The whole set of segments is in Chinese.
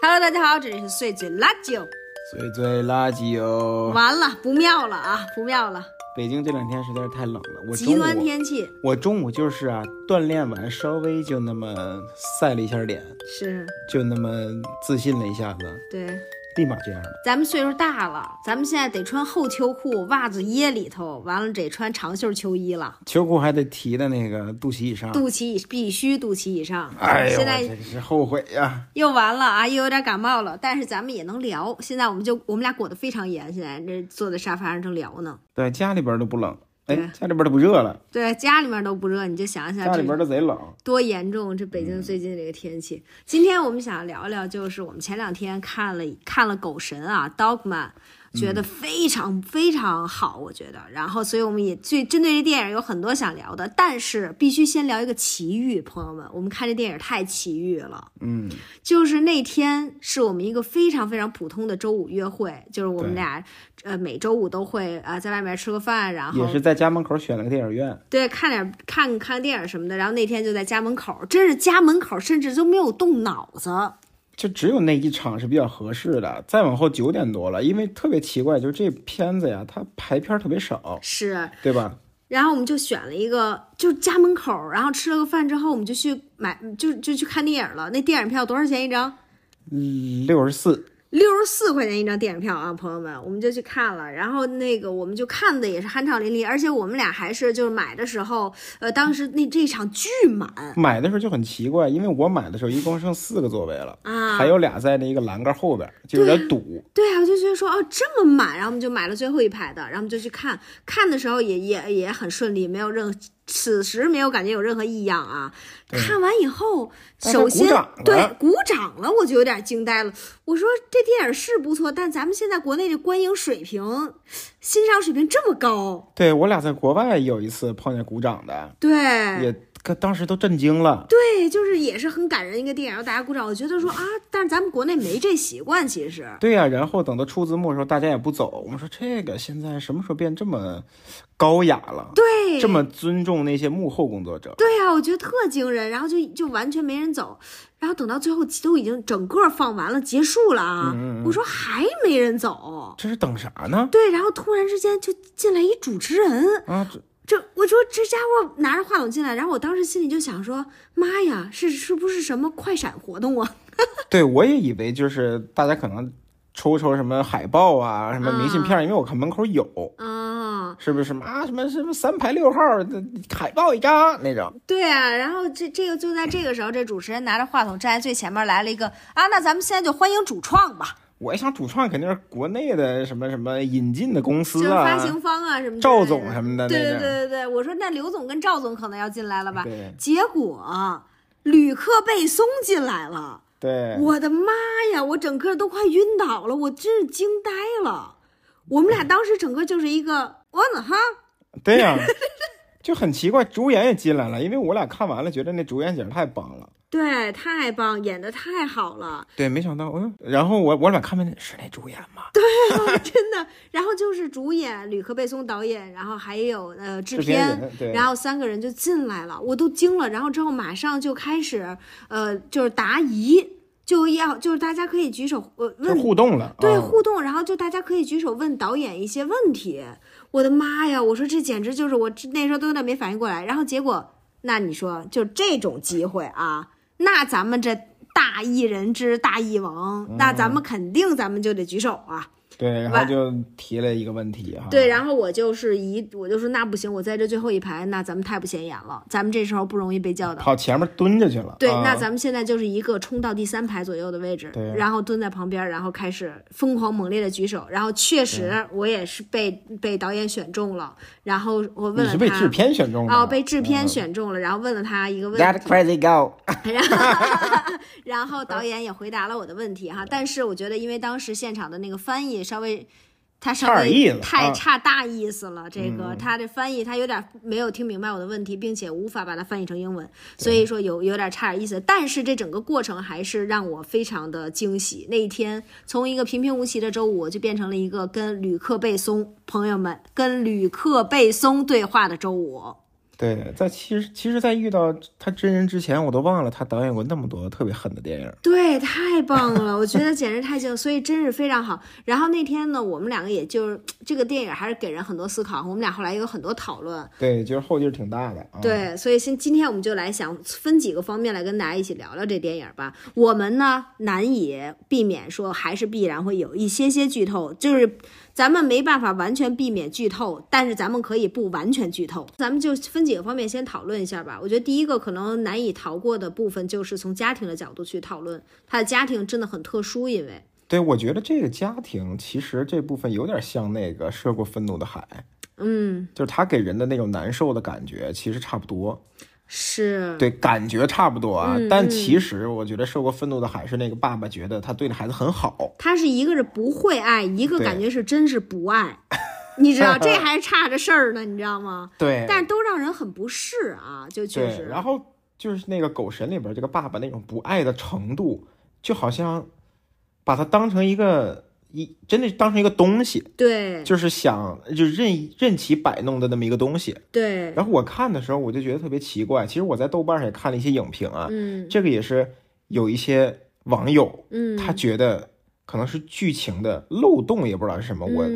Hello，大家好，这里是碎嘴垃圾哦。最最垃圾哦！完了，不妙了啊，不妙了，北京这两天实在是太冷了，我极中端午天气我中午就是啊，锻炼完稍微就那么晒了一下脸，是，就那么自信了一下子，对，立马这样了。咱们岁数大了，咱们现在得穿厚秋裤，袜子掖里头，完了得穿长袖秋衣了，秋裤还得提到那个肚脐以上。肚脐以必须肚脐以上。哎呦，现我在真是后悔呀！又完了啊，又有点感冒了，但是咱们也能聊。现在我们就我们俩裹得非常严，现在这坐在沙发上正聊呢。对，家里边都不冷，哎对，家里边都不热了，对，家里面都不热，你就想想家里这边都贼冷。多严重！这北京嗯最近这个天气，今天我们想聊聊，就是我们前两天看了看了《狗神》啊，《Dogman》，觉嗯得非常非常好，我觉得。然后，所以我们也最针对这电影有很多想聊的，但是必须先聊一个奇遇，朋友们，我们看这电影太奇遇了。嗯，就是那天是我们一个非常非常普通的周五约会，就是我们对俩呃每周五都会啊、呃在外面吃个饭，然后也是在家门口选了个电影院，对，看点看看电影什么的，然后那天就在家门口，真是家门口，甚至都没有动脑子。就只有那一场是比较合适的。再往后九点多了，因为特别奇怪，就是这片子呀，它排片儿特别少，是，对吧？然后我们就选了一个，就是家门口，然后吃了个饭之后，我们就去买，就就去看电影了。那电影票多少钱一张？六十四，六十四块钱一张电影票啊，朋友们，我们就去看了。然后那个我们就看的也是酣畅淋漓，而且我们俩还是就是买的时候，呃，当时那这场巨满买的时候就很奇怪，因为我买的时候一共剩四个座位了，啊，还有俩在那个栏杆后边，就有点堵。对啊，我就觉得说哦这么满，然后我们就买了最后一排的，然后我们就去看看的时候也也也很顺利，没有任此时没有感觉有任何异样啊。看完以后，大家首先鼓掌了对鼓掌了，我就有点惊呆了。我说这电影是不错，但咱们现在国内的观影水平、欣赏水平这么高，对我俩在国外有一次碰见鼓掌的，对。也当时都震惊了。对，就是也是很感人一个电影，让大家鼓掌。我觉得说啊，但是咱们国内没这习惯，其实。对呀、然后等到出字幕的时候，大家也不走。我们说这个现在什么时候变这么高雅了？对，这么尊重那些幕后工作者？对呀、啊我觉得特惊人，然后就就完全没人走，然后等到最后都已经整个放完了，结束了啊，嗯我说还没人走，这是等啥呢？对，然后突然之间就进来一主持人，啊，这这我说这家伙拿着话筒进来，然后我当时心里就想说，妈呀，是是不是什么快闪活动 啊？对我也以为就是大家可能抽抽什么海报啊，什么明信片，因为我看门口有。啊，是不是什么啊？什么什么三排六号的海报一张那种？对啊，然后这这个就在这个时候，这主持人拿着话筒站在最前面来了一个啊，那咱们现在就欢迎主创吧，我一想主创肯定是国内的什么什么引进的公就是司发啊，行方啊什么之类赵的总什么的对对那对对种。对，我说那刘总跟赵总可能要进来了吧？对结果吕克贝松进来了，对，我的妈呀！我整个都快晕倒了，我真是惊呆了。我们俩当时整个就是一个我呢哈，对呀、 就很奇怪，主演也进来了，因为我俩看完了，觉得那主演简直太棒了。对，太棒，演的太好了，对，没想到，嗯，然后我我俩看完是那主演吗？ 真的。然后就是主演吕克贝松导演，然后还有呃制制片片人，对然后三个人就进来了，我都惊了。然后之后马上就开始，呃，就是答疑，就要就是大家可以举手呃就问互动了，对啊互动，然后就大家可以举手问导演一些问题。我的妈呀！我说这简直就是我这那时候都有点没反应过来。然后结果，那你说就这种机会啊，那咱们这大艺人之大艺王，嗯那咱们肯定咱们就得举手啊。对，然后就提了一个问题哈，对，然后我就是一我就说那不行，我在这最后一排，那咱们太不显眼了，咱们这时候不容易被叫到。跑前面蹲着去了。对，啊那咱们现在就是一个冲到第三排左右的位置，对啊然后蹲在旁边，然后开始疯狂猛烈的举手，然后确啊实我也是被被导演选中了，然后我问你了是被制他。片选中嗯的哦，被制片选中了，然后问了他一个问，That 题， crazy girl。然后然后嗯导演也回答了我的问题哈，但是我觉得因为当时现场的那个翻译稍微，他稍差点意微思太啊嗯差大意思了，这个他的翻译他有点没有听明白我的问题，并且无法把它翻译成英文，所以说有有点差点意思。但是这整个过程还是让我非常的惊喜。那一天从一个平平无奇的周五，我就变成了一个跟吕克贝松朋友们跟吕克贝松对话的周五。对，在其实其实，在遇到他真人之前，我都忘了他导演过那么多特别狠的电影。对，太棒了，我觉得简直太幸，所以真是非常好。然后那天呢，我们两个也就是这个电影还是给人很多思考，我们俩后来也有很多讨论。对，就是后劲儿挺大的啊。，对，所以先今天我们就来想分几个方面来跟大家一起聊聊这电影吧。我们呢难以避免说还是必然会有一些些剧透，就是咱们没办法完全避免剧透，但是咱们可以不完全剧透。咱们就分几个方面先讨论一下吧。我觉得第一个可能难以逃过的部分就是从家庭的角度去讨论，他的家庭真的很特殊，因为对我觉得这个家庭其实这部分有点像那个《涉过愤怒的海》，嗯就是他给人的那种难受的感觉，其实差不多。是对，感觉差不多啊。但其实我觉得《受过愤怒的海》是那个爸爸觉得他对孩子很好。他是一个是不会爱，一个对感觉是真是不爱，你知道这还差着事儿呢，你知道吗？对，但是都让人很不适啊，就确哎对，实。然后就是那个狗神里边这个爸爸那种不爱的程度，就好像把他当成一个一真的当成一个东西，对就是想就任任其摆弄的那么一个东西。对，然后我看的时候，我就觉得特别奇怪。其实我在豆瓣上也看了一些影评啊，嗯这个也是有一些网友嗯，他觉得可能是剧情的漏洞，也不知道是什么。我嗯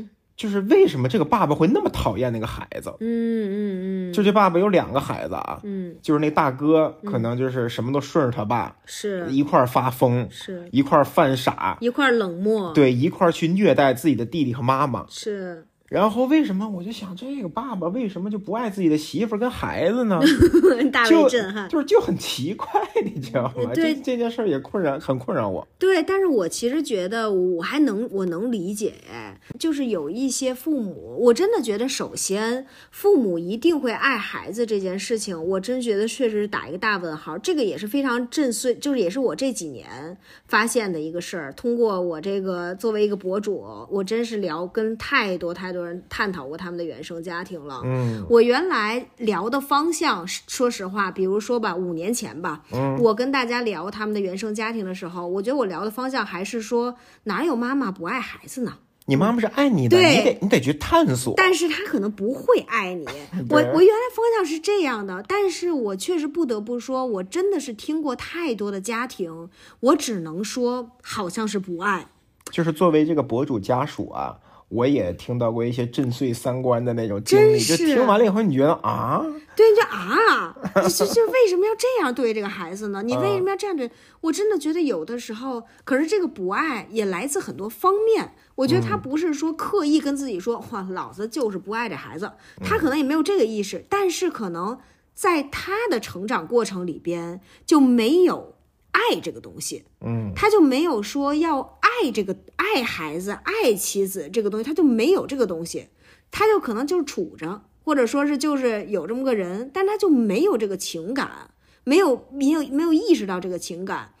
嗯就是为什么这个爸爸会那么讨厌那个孩子？嗯嗯嗯，就这爸爸有两个孩子啊，嗯就是那大哥可能就是什么都顺着他爸，是一块儿发疯，是一块儿犯傻，一块儿冷漠，对，一块儿去虐待自己的弟弟和妈妈。是 然后为什么我就想这个爸爸为什么就不爱自己的媳妇儿跟孩子呢？ 大就为震撼。就是就很奇怪， 你知道吗？对这这件事儿也困扰，很困扰我。对，但是我其实觉得我还能，我能理解，哎就是有一些父母，我真的觉得，首先父母一定会爱孩子这件事情，我真觉得确实是打一个大问号。这个也是非常震碎，就是也是我这几年发现的一个事儿。通过我这个作为一个博主，我真是聊跟太多太多人探讨过他们的原生家庭了。嗯我原来聊的方向，是说实话，比如说吧，五年前吧，嗯我跟大家聊他们的原生家庭的时候，我觉得我聊的方向还是说哪有妈妈不爱孩子呢？你妈妈是爱你的，对你得你得去探索。但是她可能不会爱你。我我原来方向是这样的，但是我确实不得不说，我真的是听过太多的家庭，我只能说好像是不爱。就是作为这个博主家属啊，我也听到过一些震碎三观的那种经历。真就是听完了以后，你觉得啊， 对，你就啊，就就为什么要这样对这个孩子呢？你为什么要这样对？我真的觉得有的时候，可是这个不爱也来自很多方面。我觉得他不是说刻意跟自己说，哇，老子就是不爱这孩子，他可能也没有这个意识，但是可能在他的成长过程里边就没有爱这个东西。嗯，他就没有说要爱这个爱孩子、爱妻子这个东西，他就没有这个东西，他就可能就是处着，或者说是就是有这么个人，但他就没有这个情感，没有没有没有意识到这个情感，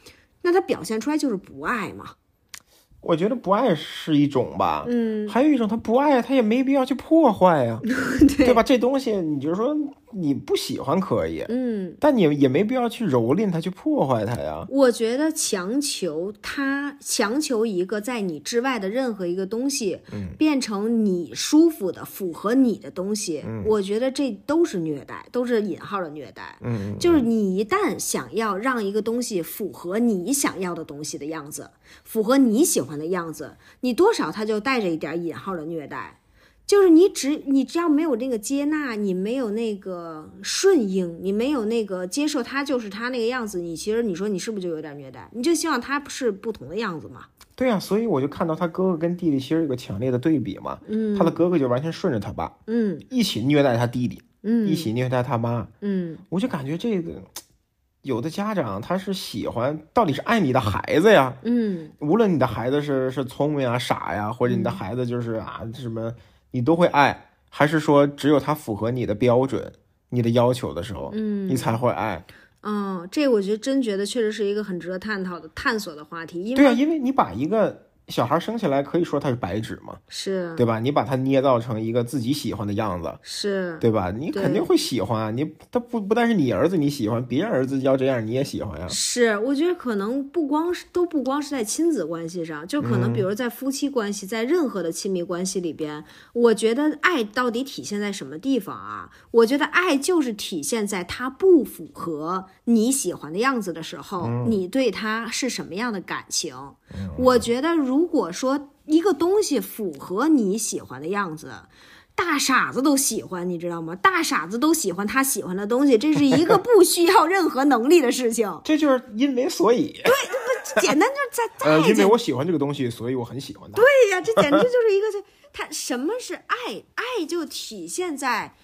那他表现出来就是不爱嘛。我觉得不爱是一种吧，嗯，还有一种他不爱，他也没必要去破坏呀、 对，对吧？这东西你就是说你不喜欢可以，嗯，但你也没必要去蹂躏它，去破坏它呀。我觉得强求他强求一个在你之外的任何一个东西，嗯变成你舒服的、符合你的东西，我觉得这都是虐待，都是引号的虐待。嗯，就是你一旦想要让一个东西符合你想要的东西的样子，符合你喜欢的样子，你多少它就带着一点引号的虐待。就是你只你只要没有那个接纳，你没有那个顺应，你没有那个接受他就是他那个样子，你其实你说你是不是就有点虐待？你就希望他是不同的样子嘛？对呀、所以我就看到他哥哥跟弟弟其实有个强烈的对比嘛。嗯，他的哥哥就完全顺着他爸，嗯一起虐待他弟弟，嗯一起虐待他妈。嗯，我就感觉这个有的家长他是喜欢，到底是爱你的孩子呀，嗯无论你的孩子是是聪明啊、傻呀、或者你的孩子就是啊什么，你都会爱，还是说只有他符合你的标准、你的要求的时候，嗯你才会爱？哦嗯，这我觉得真觉得确实是一个很值得探讨的探索的话题，因对啊，为因为你把一个小孩生下来可以说他是白纸嘛，是对吧？你把他捏造成一个自己喜欢的样子，是，对吧？你对肯定会喜欢啊！你他不不但是你儿子你喜欢，别人儿子要这样你也喜欢呀、。是，我觉得可能不光是都不光是在亲子关系上，就可能比如在夫妻关系，在任何的亲密关系里边，我觉得爱到底体现在什么地方啊？我觉得爱就是体现在他不符合你喜欢的样子的时候，你对他是什么样的感情？我觉得如果说一个东西符合你喜欢的样子，大傻子都喜欢，你知道吗？大傻子都喜欢他喜欢的东西，这是一个不需要任何能力的事情这就是因为所以，这 简单就是再呃，再因为简我喜欢这个东西，所以我很喜欢它。对呀、这简直就是一个这他什么是爱？爱就体现在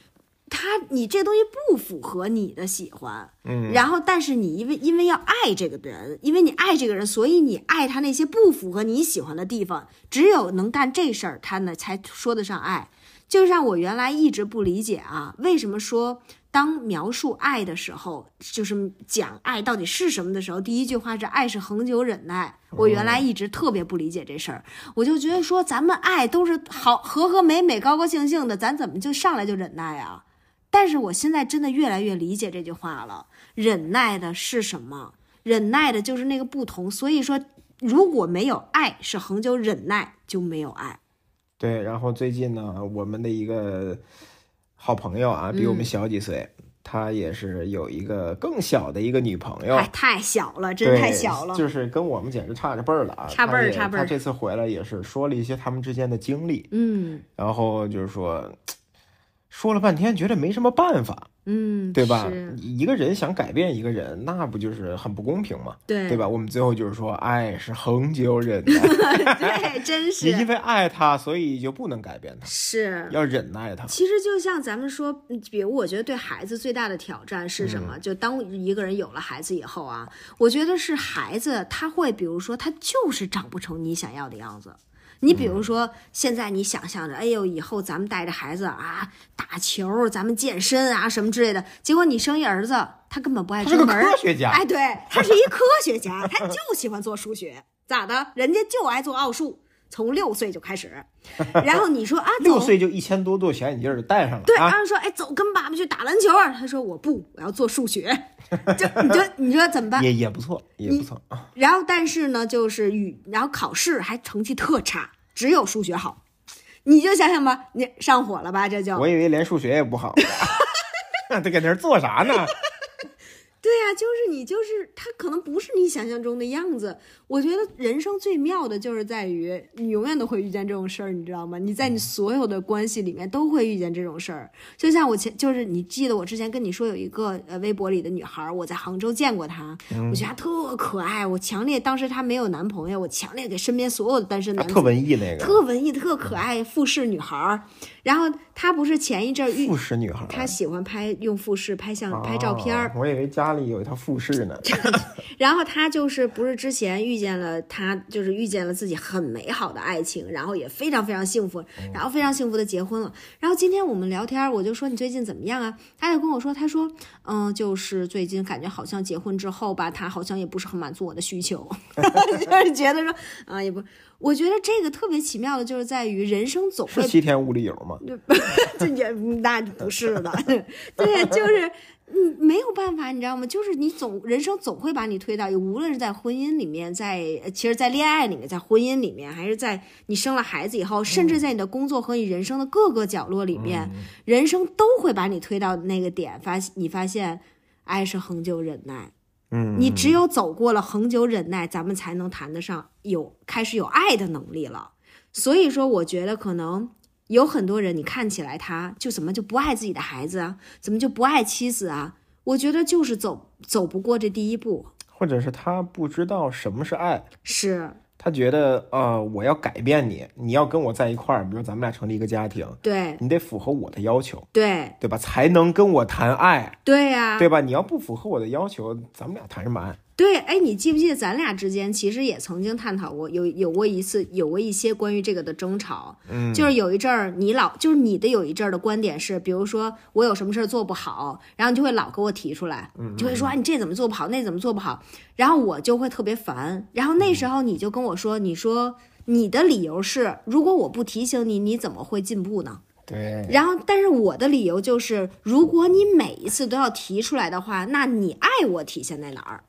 他你这东西不符合你的喜欢，嗯，然后但是你因为因为要爱这个人，因为你爱这个人，所以你爱他那些不符合你喜欢的地方，只有能干这事儿，他呢才说得上爱。就像我原来一直不理解啊，为什么说当描述爱的时候，就是讲爱到底是什么的时候，第一句话是“爱是恒久忍耐”。我原哦来一直特别不理解这事儿，我就觉得说咱们爱都是好和和美美、高高兴兴的，咱怎么就上来就忍耐啊？但是我现在真的越来越理解这句话了，忍耐的是什么？忍耐的就是那个不同。所以说，如果没有爱是恒久忍耐，就没有爱。对，然后最近呢，我们的一个好朋友啊，比我嗯们小几岁，他也是有一个更小的一个女朋友哎，，太小了，真对，太小了。就是跟我们简直差着辈儿了啊，差辈儿他也差辈儿他这次回来也是说了一些他们之间的经历，嗯然后就是说，说了半天觉得没什么办法，嗯，对吧是？一个人想改变一个人，那不就是很不公平吗？对对？吧？我们最后就是说，爱是恒久忍耐，对，真你 因是为爱他，所以就不能改变他，是。要忍耐他。其实就像咱们说，嗯比如我觉得对孩子最大的挑战是什嗯么？就当一个人有了孩子以后啊，我觉得是孩子他会，比如说他就是长不成你想要的样子。你比嗯如说，现在你想象着，哎呦，以后咱们带着孩子啊打球，咱们健身啊什么之类的，结果你生一儿子，他根本不爱他是出个门儿，科学家，哎，对，他是一科学家，他就喜欢做数学，咋的？人家就爱做奥数，从六岁就开始。然后你说 啊，六走岁就一千多度小眼镜儿就戴上了对，然啊！后说哎，走，跟爸爸去打篮球。他说我不，我要做数学。就你就你说怎么办？也也不错，也不错。然后但是呢，就是语，然后考试还成绩特差，只有数学好。你就想想吧，你上火了吧？这就我以为连数学也不好， 他搁那儿做啥呢？对呀、就是你，就是他，可能不是你想象中的样子。我觉得人生最妙的就是在于，你永远都会遇见这种事儿，你知道吗？你在你嗯所有的关系里面都会遇见这种事儿。就像我前，就是你记得我之前跟你说有一个呃微博里的女孩儿，我在杭州见过她，嗯我觉得她特可爱。我强烈当时她没有男朋友，我强烈给身边所有的单身啊男子特文艺那个特文艺、特可爱富士女孩儿。然后她不是前一阵儿遇富士女孩儿，她喜欢拍用富士拍相拍照片儿哦。我以为家里有一套富士呢。然后他就是不是之前遇见了他，就是遇见了自己很美好的爱情，然后也非常非常幸福，然后非常幸福的结婚了。然后今天我们聊天，我就说你最近怎么样啊？他就跟我说，他说，嗯，就是最近感觉好像结婚之后吧，他好像也不是很满足我的需求，就是觉得说啊，也不，我觉得这个特别奇妙的就是在于人生总会是七天无理由吗？这也那不是的， 对，就是嗯，没有办法，你知道吗？就是你总人生总会把你推到，无论是在婚姻里面，在呃其实，在恋爱里面，在婚姻里面，还是在你生了孩子以后，甚至嗯在你的工作和你人生的各个角落里面，人生都会把你推到那个点，发你发现。爱是恒久忍耐，嗯，你只有走过了恒久忍耐，咱们才能谈得上有开始有爱的能力了。所以说，我觉得可能有很多人，你看起来他就怎么就不爱自己的孩子啊，怎么就不爱妻子啊？我觉得就是走走不过这第一步，或者是他不知道什么是爱，是他觉得呃，我要改变你，你要跟我在一块儿，比如咱们俩成立一个家庭，对你得符合我的要求，对对吧？才能跟我谈爱，对呀、对吧？你要不符合我的要求，咱们俩谈什么爱？对，哎，你记不记得咱俩之间其实也曾经探讨过，有有过一次，有过一些关于这个的争吵。嗯，就是有一阵儿，你老就是你的有一阵儿的观点是，比如说我有什么事儿做不好，然后你就会老给我提出来，你就会说啊你这怎么做不好，那怎么做不好，然后我就会特别烦。然后那时候你就跟我说，你说。你的理由是，如果我不提醒你，你怎么会进步呢？对，然后，但是我的理由就是，如果你每一次都要提出来的话，那你爱我体现在哪儿，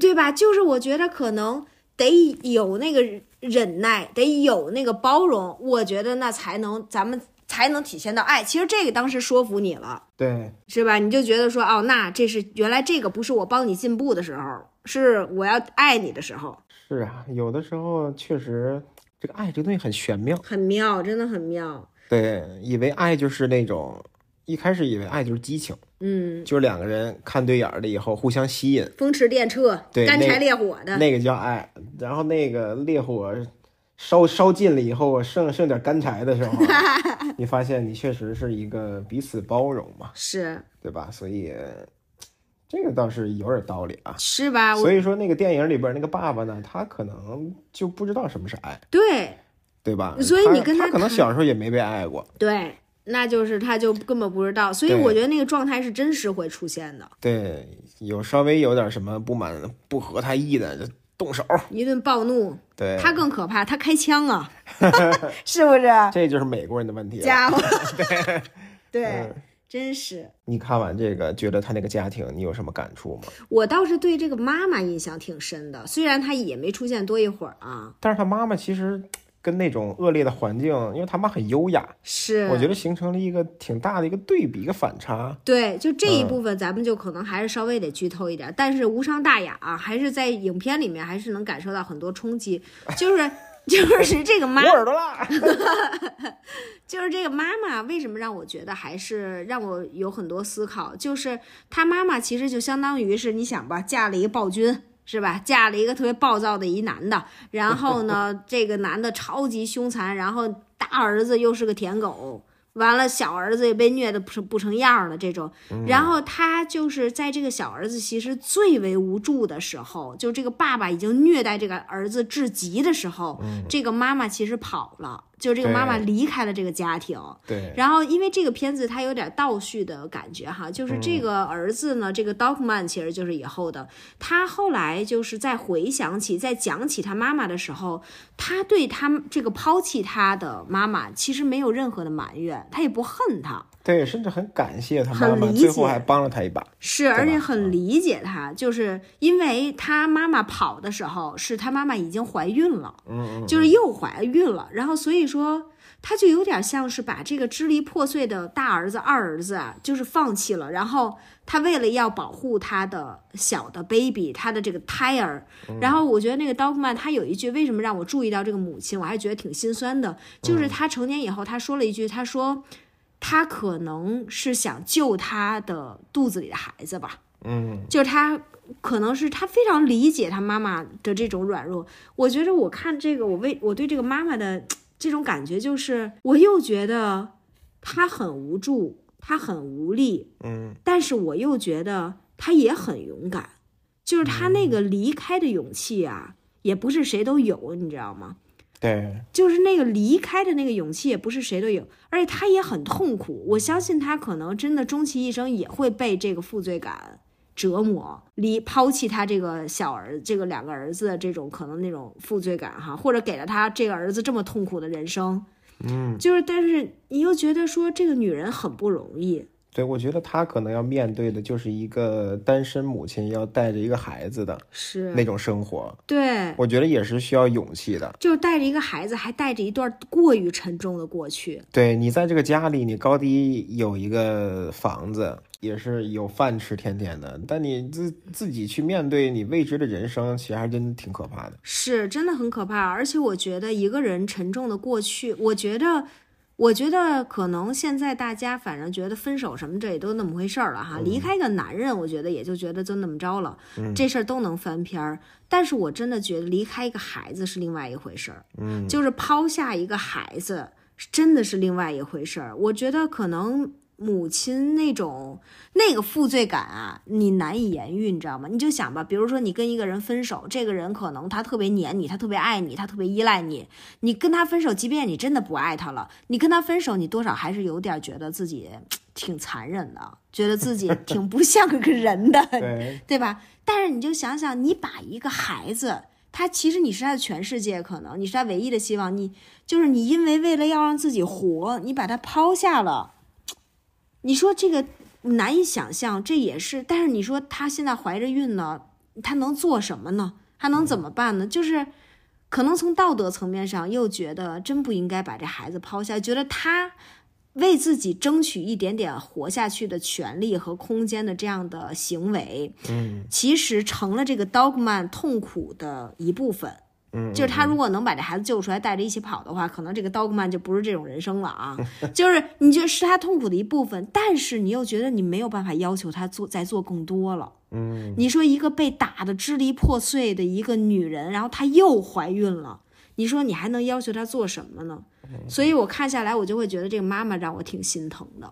对吧？就是我觉得可能得有那个忍耐，得有那个包容，我觉得那才能咱们才能体现到爱。其实这个当时说服你了。对，是吧？你就觉得说，哦，那这是原来这个不是我帮你进步的时候，是我要爱你的时候，是啊，有的时候确实这个爱这个东西很玄妙。很妙，真的很妙。对，以为爱就是那种一开始以为爱就是激情，嗯，就是两个人看对眼儿了以后互相吸引，风驰电掣，对干那柴烈火的，那个叫爱。然后那个烈火烧烧尽了以后，剩剩点干柴的时 候啊，你发现你确实是一个彼此包容嘛，是对吧？所以这个倒是有点道理啊。是吧？我所以说那个电影里边那个爸爸呢，他可能就不知道什么是爱，对对吧？所以你跟他他可能谈小时候也没被爱过，对，那就是他就根本不知道，所以对我觉得那个状态是真实会出现的，对，有稍微有点什么不满不合他意的就动手，一顿暴怒。对，他更可怕，他开枪 啊，是不是？这就是美国人的问题了。家伙，对，嗯真是。你看完这个，觉得他那个家庭，你有什么感触吗？我倒是对这个妈妈印象挺深的，虽然她也没出现多一会儿啊，但是他妈妈其实跟那种恶劣的环境，因为他妈很优雅，是，我觉得形成了一个挺大的一个对比，一个反差。对，就这一嗯部分咱们就可能还是稍微得剧透一点，但是无伤大雅啊，还是在影片里面还是能感受到很多冲击，就是 就是这个妈我，耳朵啦， 就是这个妈妈为什么让我觉得还是让我有很多思考，就是她妈妈其实就相当于是你想吧，嫁了一个暴君。是吧？嫁了一个特别暴躁的一男的，然后呢，这个男的超级凶残，然后大儿子又是个舔狗，完了小儿子也被虐的不成不成样儿了这种，然后他就是在这个小儿子其实最为无助的时候，就这个爸爸已经虐待这个儿子至极的时候，这个妈妈其实跑了，就这个妈妈对离开了这个家庭。对，然后，因为这个片子它有点倒叙的感觉哈，就是这个儿子呢，这个 Dogman 其实就是以后的他，后来就是在回想起、在讲起他妈妈的时候，他对他这个抛弃他的妈妈其实没有任何的埋怨，他也不恨他，对，甚至很感谢他妈很妈，理最后解还帮了他一把。是，而吧且很理解他，就是因为他妈妈跑的时候，是他妈妈已经怀孕了，嗯就是又怀孕了，然后所以说他就有点像是把这个支离破碎的大儿子、二儿子啊，就是放弃了，然后他为了要保护他的小的 baby，他的这个胎儿，嗯然后我觉得那个 Dogman 他有一句为什么让我注意到这个母亲，我还觉得挺心酸的，嗯就是他成年以后他说了一句，他说。他可能是想救他的肚子里的孩子吧，嗯，就是他可能是他非常理解他妈妈的这种软弱。我觉得我看这个，我为我对这个妈妈的这种感觉，就是我又觉得她很无助，她很无力，嗯，但是我又觉得她也很勇敢，就是她那个离开的勇气啊，也不是谁都有，你知道吗？对，就是那个离开的那个勇气，也不是谁都有，而且他也很痛苦。我相信他可能真的终其一生也会被这个负罪感折磨，离抛弃他这个小儿这个两个儿子的这种可能那种负罪感哈，或者给了他这个儿子这么痛苦的人生，嗯，就是但是你又觉得说这个女人很不容易，对，我觉得他可能要面对的就是一个单身母亲要带着一个孩子的是那种生活，对，我觉得也是需要勇气的。就是带着一个孩子，还带着一段过于沉重的过去，对你在这个家里，你高低有一个房子，也是有饭吃，天天的。但你自自己去面对你未知的人生，其实还真挺可怕的。是真的很可怕，而且我觉得一个人沉重的过去，我觉得，我觉得可能现在大家反正觉得分手什么这也都那么回事儿了哈，离开一个男人，我觉得也就觉得就那么着了，这事儿都能翻篇儿。但是我真的觉得离开一个孩子是另外一回事儿，嗯，就是抛下一个孩子是真的是另外一回事儿。我觉得可能母亲那种那个负罪感啊，你难以言喻，你知道吗？你就想吧，比如说你跟一个人分手，这个人可能他特别黏你，他特别爱你，他特别依赖你。你跟他分手，即便你真的不爱他了，你跟他分手，你多少还是有点觉得自己挺残忍的，觉得自己挺不像个人的， 对，对吧？但是你就想想，你把一个孩子。他其实你是他的全世界，可能你是他唯一的希望。你就是你，因为为了要让自己活，你把他抛下了。你说这个难以想象，这也是。但是你说她现在怀着孕呢，她能做什么呢？她能怎么办呢？就是可能从道德层面上又觉得真不应该把这孩子抛下，觉得她为自己争取一点点活下去的权利和空间的这样的行为，嗯其实成了这个 dogman 痛苦的一部分。嗯，就是他如果能把这孩子救出来，带着一起跑的话，可能这个 dogman 就不是这种人生了啊。 就是你觉得是他痛苦的一部分，但是你又觉得你没有办法要求他做再做更多了。嗯，你说一个被打的支离破碎的一个女人，然后她又怀孕了，你说你还能要求她做什么呢？嗯所以我看下来，我就会觉得这个妈妈让我挺心疼的，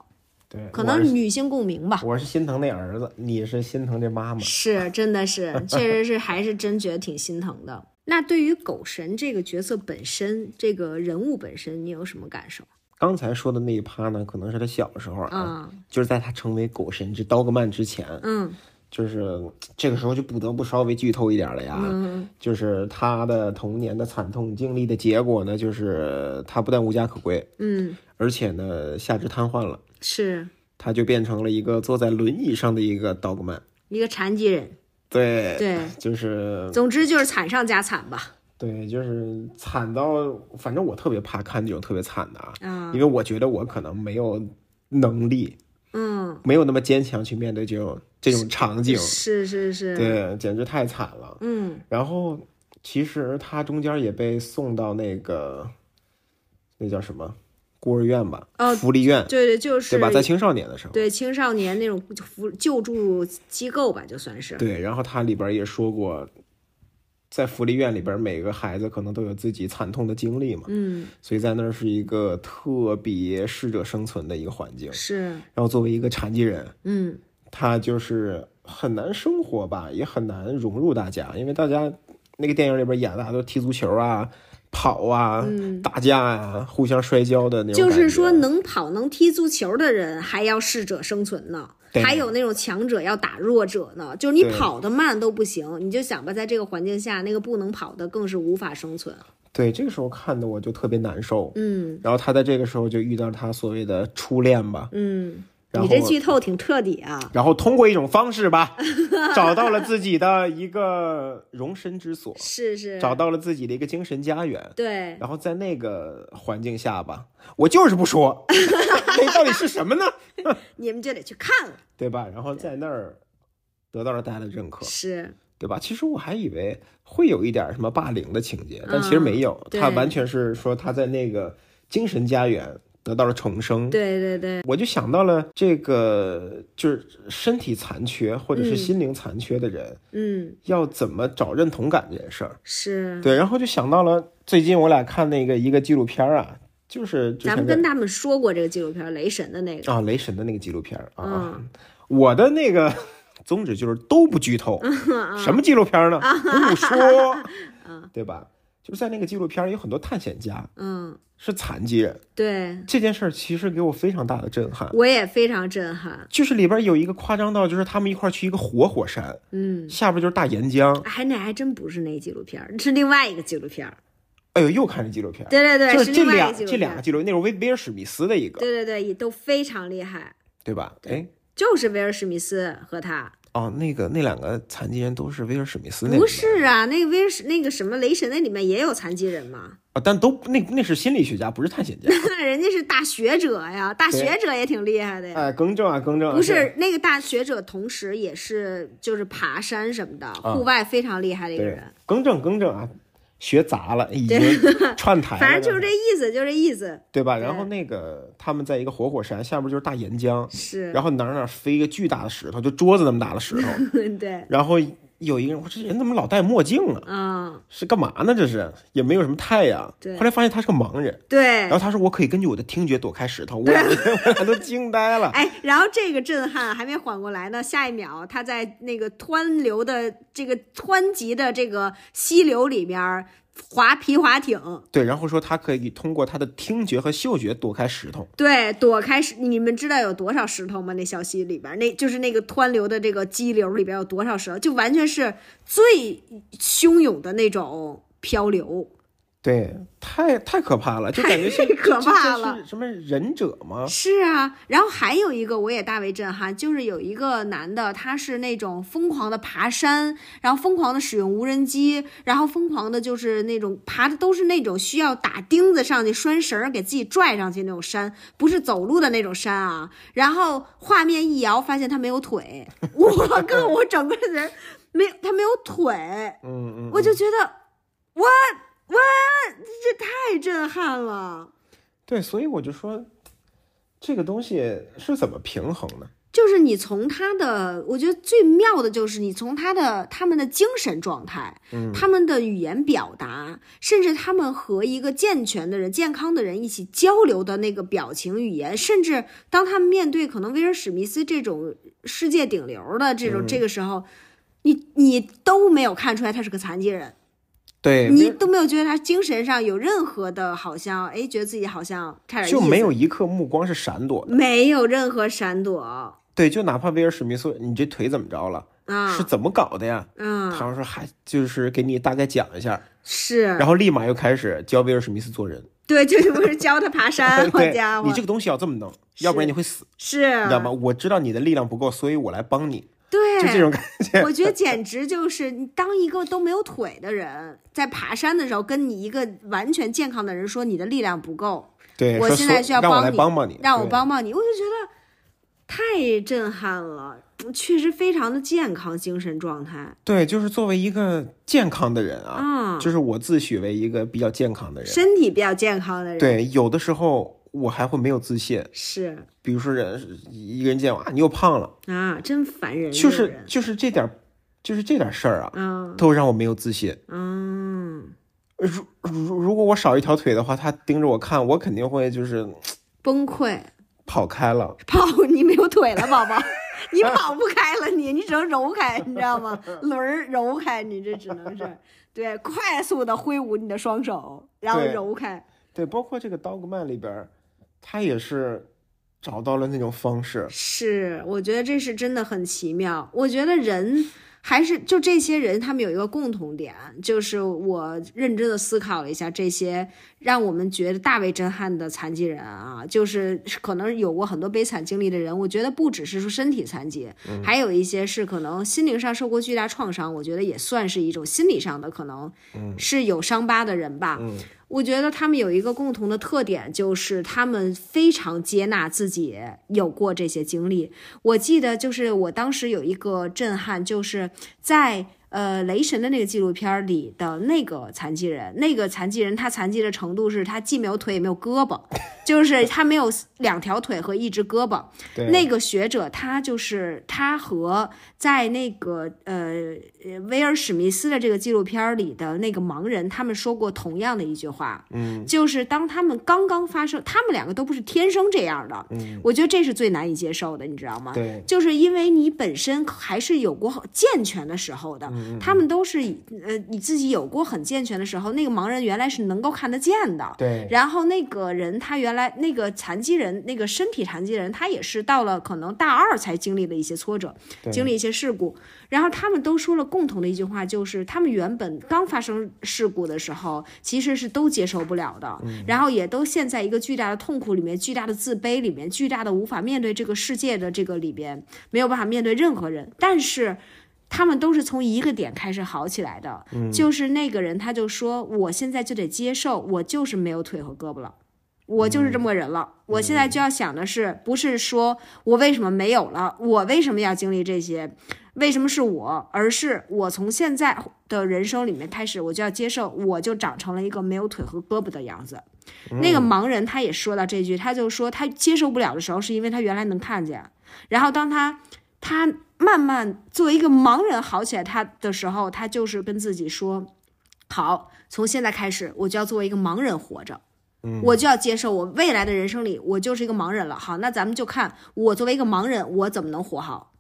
对，可我能是女性共鸣吧。我是心疼那儿子，你是心疼这妈妈。是，真的是，确实是，还是真觉得挺心疼的。那对于狗神这个角色本身，这个人物本身，你有什么感受刚才说的那一趴呢，可能是他小时候啊，啊？就是在他成为狗神之刀格曼之前，嗯就是这个时候就不得不稍微剧透一点了呀。嗯就是他的童年的惨痛经历的结果呢，就是他不但无家可归，嗯，而且呢下肢瘫痪了，是他就变成了一个坐在轮椅上的一个刀格曼。一个残疾人。对，对，就是总之就是惨上加惨吧。对，就是惨到，反正我特别怕看这种特别惨的啊，啊因，为我觉得我可能没有能力，嗯，没有那么坚强去面对这种这种场景，是是是，，对，简直太惨了。嗯然后其实他中间也被送到那个那叫什么孤儿院吧，哦福利院，对对，就是对吧？在青少年的时候，对青少年那种服救助机构吧，就算是。对，然后他里边也说过。在福利院里边，每个孩子可能都有自己惨痛的经历嘛，嗯，所以在那儿是一个特别适者生存的一个环境。是，然后作为一个残疾人，嗯他就是很难生活吧，也很难融入大家，因为大家那个电影里边演的大家都踢足球啊、跑啊、嗯。打架啊、互相摔跤的那种就感觉。是说，能跑能踢足球的人还要适者生存呢，对还有那种强者要打弱者呢。就是你对跑得慢都不行，你就想吧，在这个环境下，那个不能跑的更是无法生存。对这个时候看的我就特别难受。嗯然后他在这个时候就遇到他所谓的初恋吧，嗯，然你后这剧透挺彻底啊。然后通过一种方式吧，找到了自己的一个容身之所，是是，找到了自己的一个精神家园。对，然后在那个环境下吧，我就是不说， 那到底是什么呢？你们就得去看了。对吧？然后在那儿得到了大家的认可，是，对吧？其实我还以为会有一点什么霸凌的情节，但其实没有，嗯对他完全是说他在那个精神家园得到了重生。对对对，我就想到了这个，就是身体残缺或者是嗯心灵残缺的人，嗯，要怎么找认同感这件事儿。是。对，然后就想到了最近我俩看那个一个纪录片儿啊，就是之咱前们的跟他们说过这个纪录片《雷神》的那个。啊，雷神的那个纪录片儿嗯啊，我的那个 宗旨就是都不剧 透，嗯什么纪录片儿呢？啊不说，对吧？就是在那个纪录片儿有很多探险家嗯，是残疾人，对，这件事儿其实给我非常大的震撼。我也非常震撼。就是里边有一个夸张到，就是他们一块儿去一个活火山，嗯，下边就是大岩浆。还那还真不是那纪录片儿，是另外一个纪录片儿。哎呦，又看这纪录片儿，对对对，就是是这另外两一个这两个个，纪录，那是威威尔史密斯的一个，对对对，也都非常厉害，对吧？哎，就是威尔史密斯和他。哦，那个那两个残疾人都是威尔史密斯那里不面是啊，那个威尔史那个什么雷神那里面也有残疾人嘛， 啊，但都那那是心理学家，不是探险家。人家是大学者呀，大学者也挺厉害的呀。哎，更正啊，更正啊、不是那个大学者，同时也是就是爬山什么的，户外非常厉害的一个嗯对人。，更正更正啊，学杂了， 已经串台了，反正就是这意思，就是这意思。对吧？然后那个他们在一个活火山下边就是大岩浆，是，然后哪儿哪儿飞一个巨大的石头，就桌子那么大的石 头，对，然后有一个人，我说这人怎么老戴墨镜啊？嗯，是干嘛呢？这是也没有什么太阳。对后来发现他是个盲人，对然后。他说我可以根据我的听觉躲开石头，我俩我俩都惊呆 了。哎，然后这个震撼还没缓过来呢，下一秒他在那个湍流的这个湍急的这个溪流里边儿划皮划艇，对，然后说他可以通过他的听觉和嗅觉躲开石头。对，躲开石。你们知道有多少石头吗？那小溪里边，那就是那个湍流的这个激流里边有多少石头？就完全是最汹涌的那种漂流。对，太太可怕了，就感觉太是可怕这了这是什么忍者吗？是啊，然后还有一个我也大为震撼，就是有一个男的，他是那种疯狂的爬山，然后疯狂的使用无人机，然后疯狂的就是那种爬的都是那种需要打钉子上去、拴绳儿给自己拽上去那种山，不是走路的那种山啊。然后画面一摇，发现他没有腿，我靠，我整个人没有他没有腿，嗯嗯，我就觉得我我这太震撼了。对，所以我就说，这个东西是怎么平衡的？就是你从他的，我觉得最妙的就是你从他的他们的精神状态，嗯他们的语言表达，甚至他们和一个健全的人、健康的人一起交流的那个表情语言，甚至当他们面对可能威尔史密斯这种世界顶流的这种、嗯这个时候，你你都没有看出来他是个残疾人，对，你都没有觉得他精神上有任何的，好像哎，觉得自己好像差点就意思没有一刻目光是闪躲的。没有任何闪躲对，就哪怕威尔史密斯，你这腿怎么着了？啊是怎么搞的呀？啊！他们说还就是给你大概讲一下，是然，后立马又开始教威尔史密斯做人。对，就是不是教他爬 山，好对家，伙你，这个东西要这么弄，要不然你会死，是啊你知道吗？我知道你的力量不够，所以我来帮你，对，就这种感觉。我觉得简直就是你当一个都没有腿的人在爬山的时候，跟你一个完全健康的人说你的力量不够，对，我说现所在需要让我帮来你帮帮你，让我对。帮帮你，我就觉得太震撼了，确实非常的健康精神状态对，就是作为一个健康的人啊，啊，就是我自诩为一个比较健康的人。身体比较健康的人，对，有的时候我还会没有自信，是比如说人一个人见我啊，你又胖了，啊，真烦人，就这种是人就是这点儿，就是这点儿事儿啊，啊，都让我没有自信。嗯，如如如果我少一条腿的话，他盯着我看，我肯定会就是崩溃。跑开了。跑，你没有腿了，宝宝，你跑不开了你，你只能揉开，你知道吗？轮儿揉开，你这只能是对快速的挥舞你的双手，然后对揉开，对，包括这个 Dogman 里边儿，他也是找到了那种方式。是，我觉得这是真的很奇妙。我觉得人还是就这些人，他们有一个共同点，就是我认真的思考了一下这些让我们觉得大为震撼的残疾人啊，就是可能有过很多悲惨经历的人，我觉得不只是说身体残疾，还有一些是可能心灵上受过巨大创伤，我觉得也算是一种心理上的可能是有伤疤的人吧。嗯我觉得他们有一个共同的特点，就是他们非常接纳自己有过这些经历。我记得就是我当时有一个震撼，就是在呃雷神的那个纪录片里的那个残疾人，那个残疾人他残疾的程度是他既没有腿也没有胳 膊，就是他没有两条腿和一只胳膊。对，那个学者他就是他和在那个呃呃威尔史密斯的这个纪录片里的那个盲人，他们说过同样的一句话，嗯，就是当他们刚刚发生，他们两个都不是天生这样的，嗯，我觉得这是最难以接受的，你知道吗？对就是因为你本身还是有过很健全的时候的，他们都是以呃你自己有过很健全的时候，那个盲人原来是能够看得见的，对然后那个人他原来那个残疾人，那个身体残疾人，他也是到了可能大二才经历了一些挫折，对经历一些事故。然后他们都说了共同的一句话，就是他们原本刚发生事故的时候，其实是都接受不了的，嗯然后也都陷在一个巨大的痛苦里面、巨大的自卑里面、巨大的无法面对这个世界的这个里边，没有办法面对任何人。但是他们都是从一个点开始好起来的，就是那个人他就说，我现在就得接受，我就是没有腿和胳膊了。我就是这么个人了，我现在就要想的是，不是说我为什么没有了，我为什么要经历这些，为什么是我，而是我从现在的人生里面开始，我就要接受，我就长成了一个没有腿和胳膊的样子。那个盲人他也说到这句，他就说他接受不了的时候，是因为他原来能看见，然后当他他慢慢作为一个盲人好起来他的时候，他就是跟自己说，好，从现在开始，我就要作为一个盲人活着。我就要接受我未来的人生里，我就是一个盲人了。好，那咱们就看我作为一个盲人，我怎么能活好。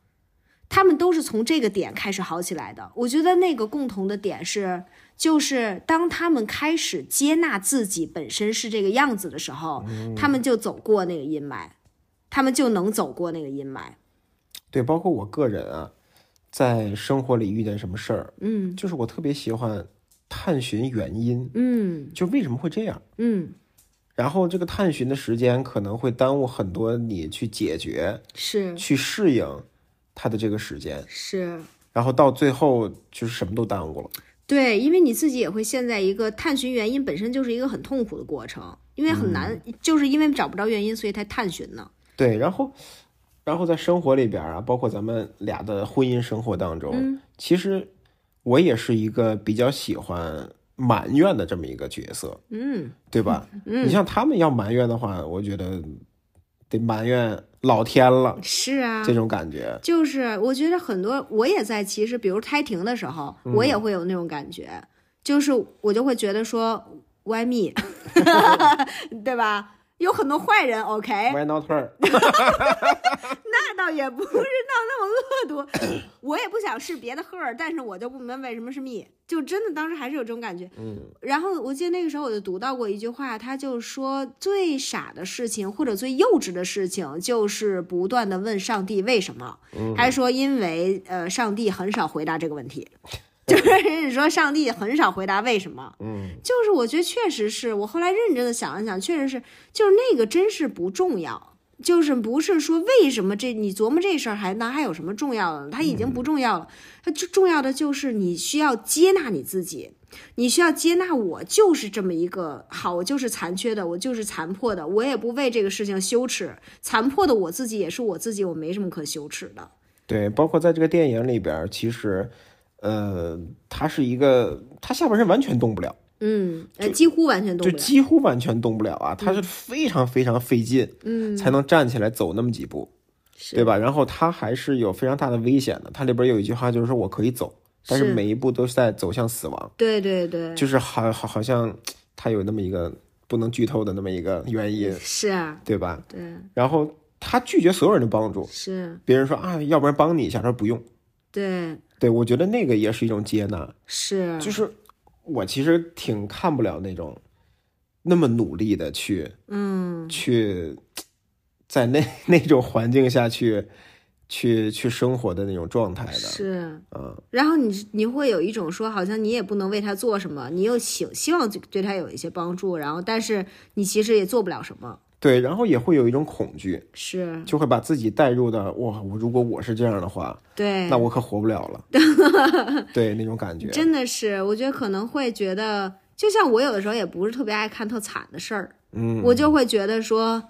他们都是从这个点开始好起来的。我觉得那个共同的点是，就是当他们开始接纳自己本身是这个样子的时候，他们就走过那个阴霾，他们就能走过那个阴霾。对，包括我个人啊，在生活里遇见什么事儿，嗯就是我特别喜欢探寻原因，嗯就为什么会这样。嗯，然后这个探寻的时间可能会耽误很多你去解决、是去适应它的这个时间，是。然后到最后就是什么都耽误了。对，因为你自己也会陷在一个探寻原因本身就是一个很痛苦的过程，因为很难，就是因为找不着原因，所以才探寻呢。对，然后，然后在生活里边儿啊，包括咱们俩的婚姻生活当中，其实我也是一个比较喜欢埋怨的这么一个角色，嗯对吧？你像他们要埋怨的话，我觉得得埋怨老天了，是啊，这种感觉。就是我觉得很多我也在，其实比如开庭的时候，我也会有那种感觉，就是我就会觉得说 why me，对吧？有很多坏人，OK， Why not her？那倒也不是那那么恶毒，我也不想是别的 her，但是我就不明白为什么是 me，就真的当时还是有这种感觉。嗯，然后我记得那个时候我就读到过一句话，他就说最傻的事情或者最幼稚的事情就是不断的问上帝为什么，嗯还说因为呃上帝很少回答这个问题， 就是你说上帝很少回答为什么，嗯，就是我觉得确实是我后来认真的想了想，确实是就是那个真是不重要。就是不是说为什么这你琢磨这事儿还那还有什么重要的？它已经不嗯重要了，它就重要的就是你需要接纳你自己，你需要接纳我就是这么一个好，我就是残缺的，我就是残破的，我也不为这个事情羞耻。残破的我自己也是我自己，我没什么可羞耻的。对，包括在这个电影里边儿，其实，呃，他是一个，他下半身完全动不了，嗯，呃，几乎完全动就不了。嗯几乎完全动不了啊，他是非常非常费劲，嗯，才能站起来走那么几步，是对吧？然后他还是有非常大的危险的，它里边有一句话就是说我可以走，但是是每一步都是在走向死亡，对对对，就是好好好像他有那么一个不能剧透的那么一个原因，是啊，对吧？对，然后他拒绝所有人的帮助，是，别人说啊，要不然帮你一下，他说不用。对，对，我觉得那个也是一种接纳，是，就是我其实挺看不了那种那么努力的去嗯，去在那那种环境下去去去生活的那种状态的。是。嗯，然后你你会有一种说，好像你也不能为他做什么，你又希希望对他有一些帮助，然后但是你其实也做不了什么。对，然后也会有一种恐惧，是就会把自己带入到哇，我如果我是这样的话，对，那我可活不了 了。对，那种感觉。嗯真的是，我觉得可能会觉得，就像我有的时候也不是特别爱看特惨的事儿，嗯，我就会觉得说，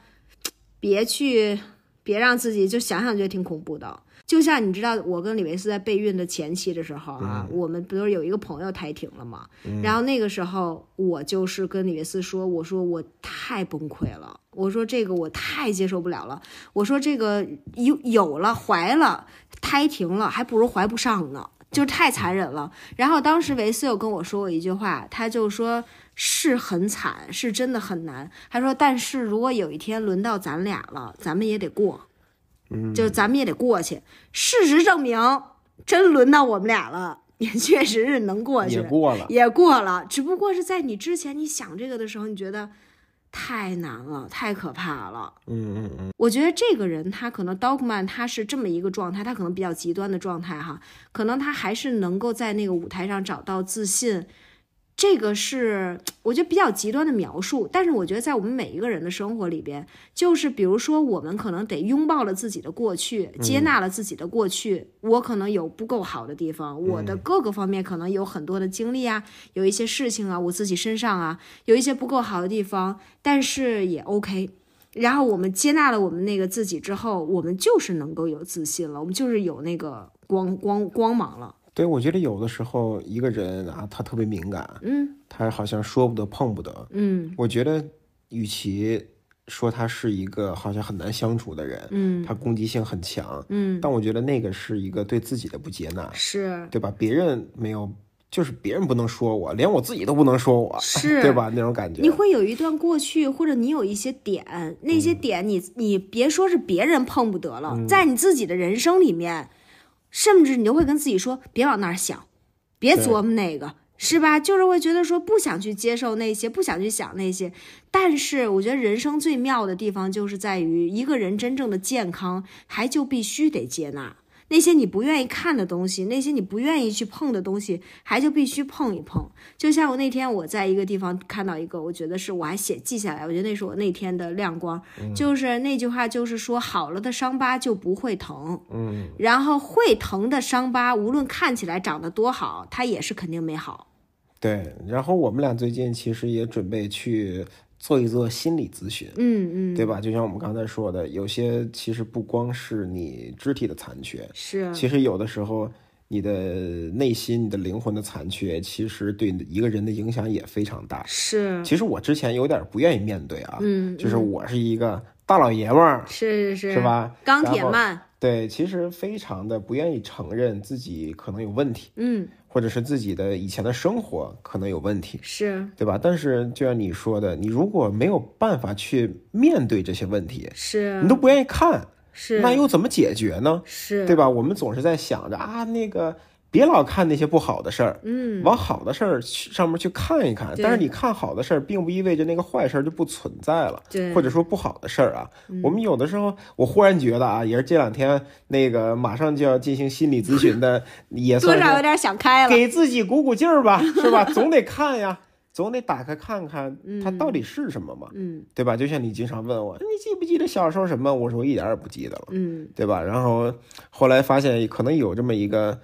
别去，别让自己就想想觉得挺恐怖的。就像你知道，我跟李维斯在备孕的前期的时候嗯啊，我们不是有一个朋友胎停了嘛，然后那个时候我就是跟李维斯说，我说我太崩溃了，我说这个我太接受不了了，我说这个有有了怀了胎停了，还不如怀不上呢，就是太残忍了。然后当时维斯有跟我说过一句话，他就说是很惨，是真的很难。他说，但是如果有一天轮到咱俩了，咱们也得过，嗯，就是咱们也得过去。事实证明，真轮到我们俩了，也确实是能过去也，过了。也过了，只不过是在你之前你想这个的时候，你觉得太难了，太可怕了。嗯嗯嗯，我觉得这个人他可能 Dogman 他是这么一个状态，他可能比较极端的状态哈，可能他还是能够在那个舞台上找到自信。这个是我觉得比较极端的描述，但是我觉得在我们每一个人的生活里边，就是比如说我们可能得拥抱了自己的过去，接纳了自己的过去。我可能有不够好的地方，我的各个方面可能有很多的经历啊，有一些事情啊，我自己身上啊有一些不够好的地方，但是也 OK，然后我们接纳了我们那个自己之后，我们就是能够有自信了，我们就是有那个光光光芒了。对，我觉得有的时候一个人啊，他特别敏感，嗯他好像说不得碰不得。嗯我觉得，与其说他是一个好像很难相处的人，嗯他攻击性很强，嗯，但我觉得那个是一个对自己的不接纳，是对吧？别人没有，就是别人不能说我，连我自己都不能说我，是，对？吧？那种感觉你，会有一段过去，或者你有一些点，那嗯些点你、你别说是别人碰不得了，在你自己的人生里面，甚至你就会跟自己说，别往那儿想，别对琢磨那个，是吧？就是会觉得说不想去接受那些，不想去想那些。但是我觉得人生最妙的地方就是在于一个人真正的健康，还就必须得接纳那些你不愿意看的东西，那些你不愿意去碰的东西，还就必须碰一碰。就像我那天我在一个地方看到一个，我觉得是我还写记下来，我觉得那是我那天的亮光，嗯就是那句话，就是说好了的伤疤就不会疼，嗯，然后会疼的伤疤，无论看起来长得多好，它也是肯定没好。对。然后我们俩最近其实也准备去做一做心理咨询，嗯嗯，对吧？就像我们刚才说的，有些其实不光是你肢体的残缺，是其实有的时候你的内心、你的灵魂的残缺，其实对一个人的影响也非常大。是其实我之前有点不愿意面对啊，嗯就是我是一个大老爷们儿，是是是是？吧？钢铁然后曼，对，其实非常的不愿意承认自己可能有问题，嗯，或者是自己的以前的生活可能有问题，是对吧？但是就像你说的，你如果没有办法去面对这些问题，你是都不愿意看，嗯是，那又怎么解决呢？是对吧？我们总是在想着啊，那个别老看那些不好的事儿，嗯，往好的事儿去上面去看一看。对但是你看好的事儿，并不意味着那个坏事儿就不存在了，对，或者说不好的事儿啊。嗯我们有的时候，我忽然觉得啊，也是这两天那个马上就要进行心理咨询 的，也多算少有是点想开了，给自己鼓鼓劲 儿吧，是吧？总得看呀。总得打开看看它到底是什么嘛，嗯对吧？就像你经常问我，你记不记得小时候什么？我说我一点儿也不记得了。嗯，对吧？然后后来发现可能有这么一个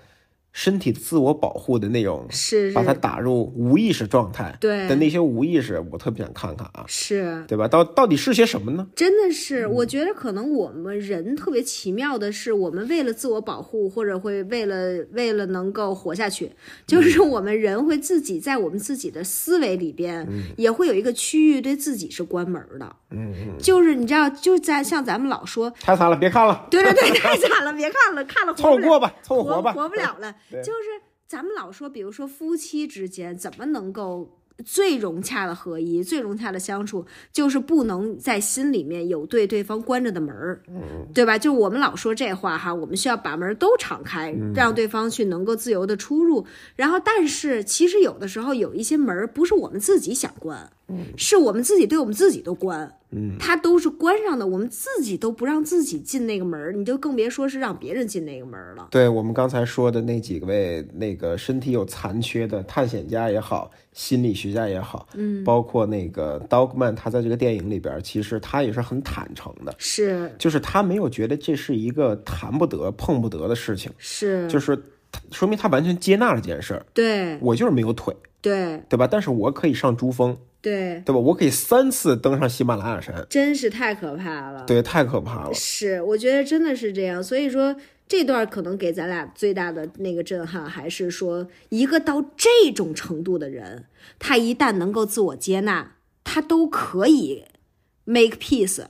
身体自我保护的那种，是把它是，打入无意识状态对的那些无意识，我特别想看看啊，是。对吧？到到底是些什么呢？真的是，嗯我觉得可能我们人特别奇妙的是，我们为了自我保护，或者会为了为了能够活下去，嗯就是我们人会自己在我们自己的思维里边，也会有一个区域对自己是关门的。嗯嗯，就是你知道，就在像咱们老说，太惨了，别看了，对对对，太惨了，别看了，看了活凑不合了过吧，凑合活活吧，不了了。 对就是咱们老说，比如说夫妻之间怎么能够最融洽的合一、最融洽的相处，就是不能在心里面有对对方关着的门儿，嗯对吧？就我们老说这话哈，我们需要把门都敞开，嗯让对方去能够自由的出入。然后，但是其实有的时候有一些门儿不是我们自己想关，是我们自己对我们自己都关。嗯，它都是关上的，我们自己都不让自己进那个门儿，你就更别说是让别人进那个门儿了。对我们刚才说的那几位，那个身体有残缺的探险家也好，心理学家也好，嗯，包括那个 Dogman，他在这个电影里边儿，其实他也是很坦诚的，是就是他没有觉得这是一个谈不得、碰不得的事情，是，就是他说明他完全接纳了这件事儿。对我就是没有腿，对对吧？但是我可以上珠峰，对，对吧？我可以三次登上喜马拉雅山，真是太可怕了。对，太可怕了。是，我觉得真的是这样。所以说这段可能给咱俩最大的那个震撼，还是说一个到这种程度的人，他一旦能够自我接纳，他都可以 make peace，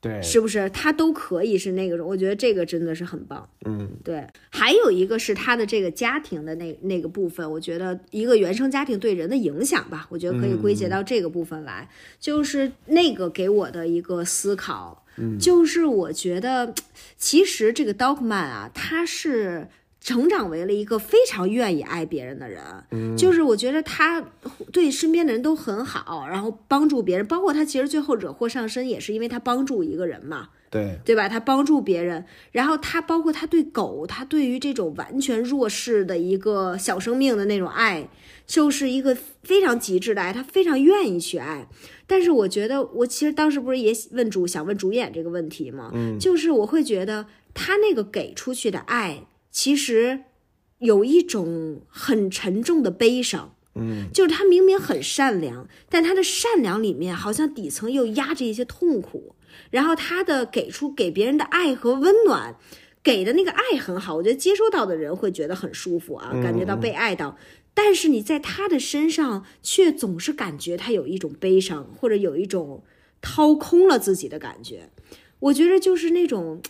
对是不是？他都可以是那个种。我觉得这个真的是很棒。嗯，对，还有一个是他的这个家庭的那那个部分，我觉得一个原生家庭对人的影响吧，我觉得可以归嗯结到这个部分来，就是那个给我的一个思考，嗯就是我觉得其实这个 Dogman 啊，他是。成长为了一个非常愿意爱别人的人，嗯就是我觉得他对身边的人都很好，然后帮助别人，包括他其实最后惹祸上身也是因为他帮助一个人嘛，对，对吧？他帮助别人，然后他包括他对狗，他对于这种完全弱势的一个小生命的那种爱，就是一个非常极致的爱，他非常愿意去爱。但是我觉得，我其实当时不是也问主想问主演这个问题吗？嗯，就是我会觉得他那个给出去的爱，其实有一种很沉重的悲伤。嗯，就是他明明很善良，但他的善良里面好像底层又压着一些痛苦。然后他的给出给别人的爱和温暖，给的那个爱很好，我觉得接收到的人会觉得很舒服啊，感觉到被爱到。但是你在他的身上却总是感觉他有一种悲伤，或者有一种掏空了自己的感觉。我觉得就是那种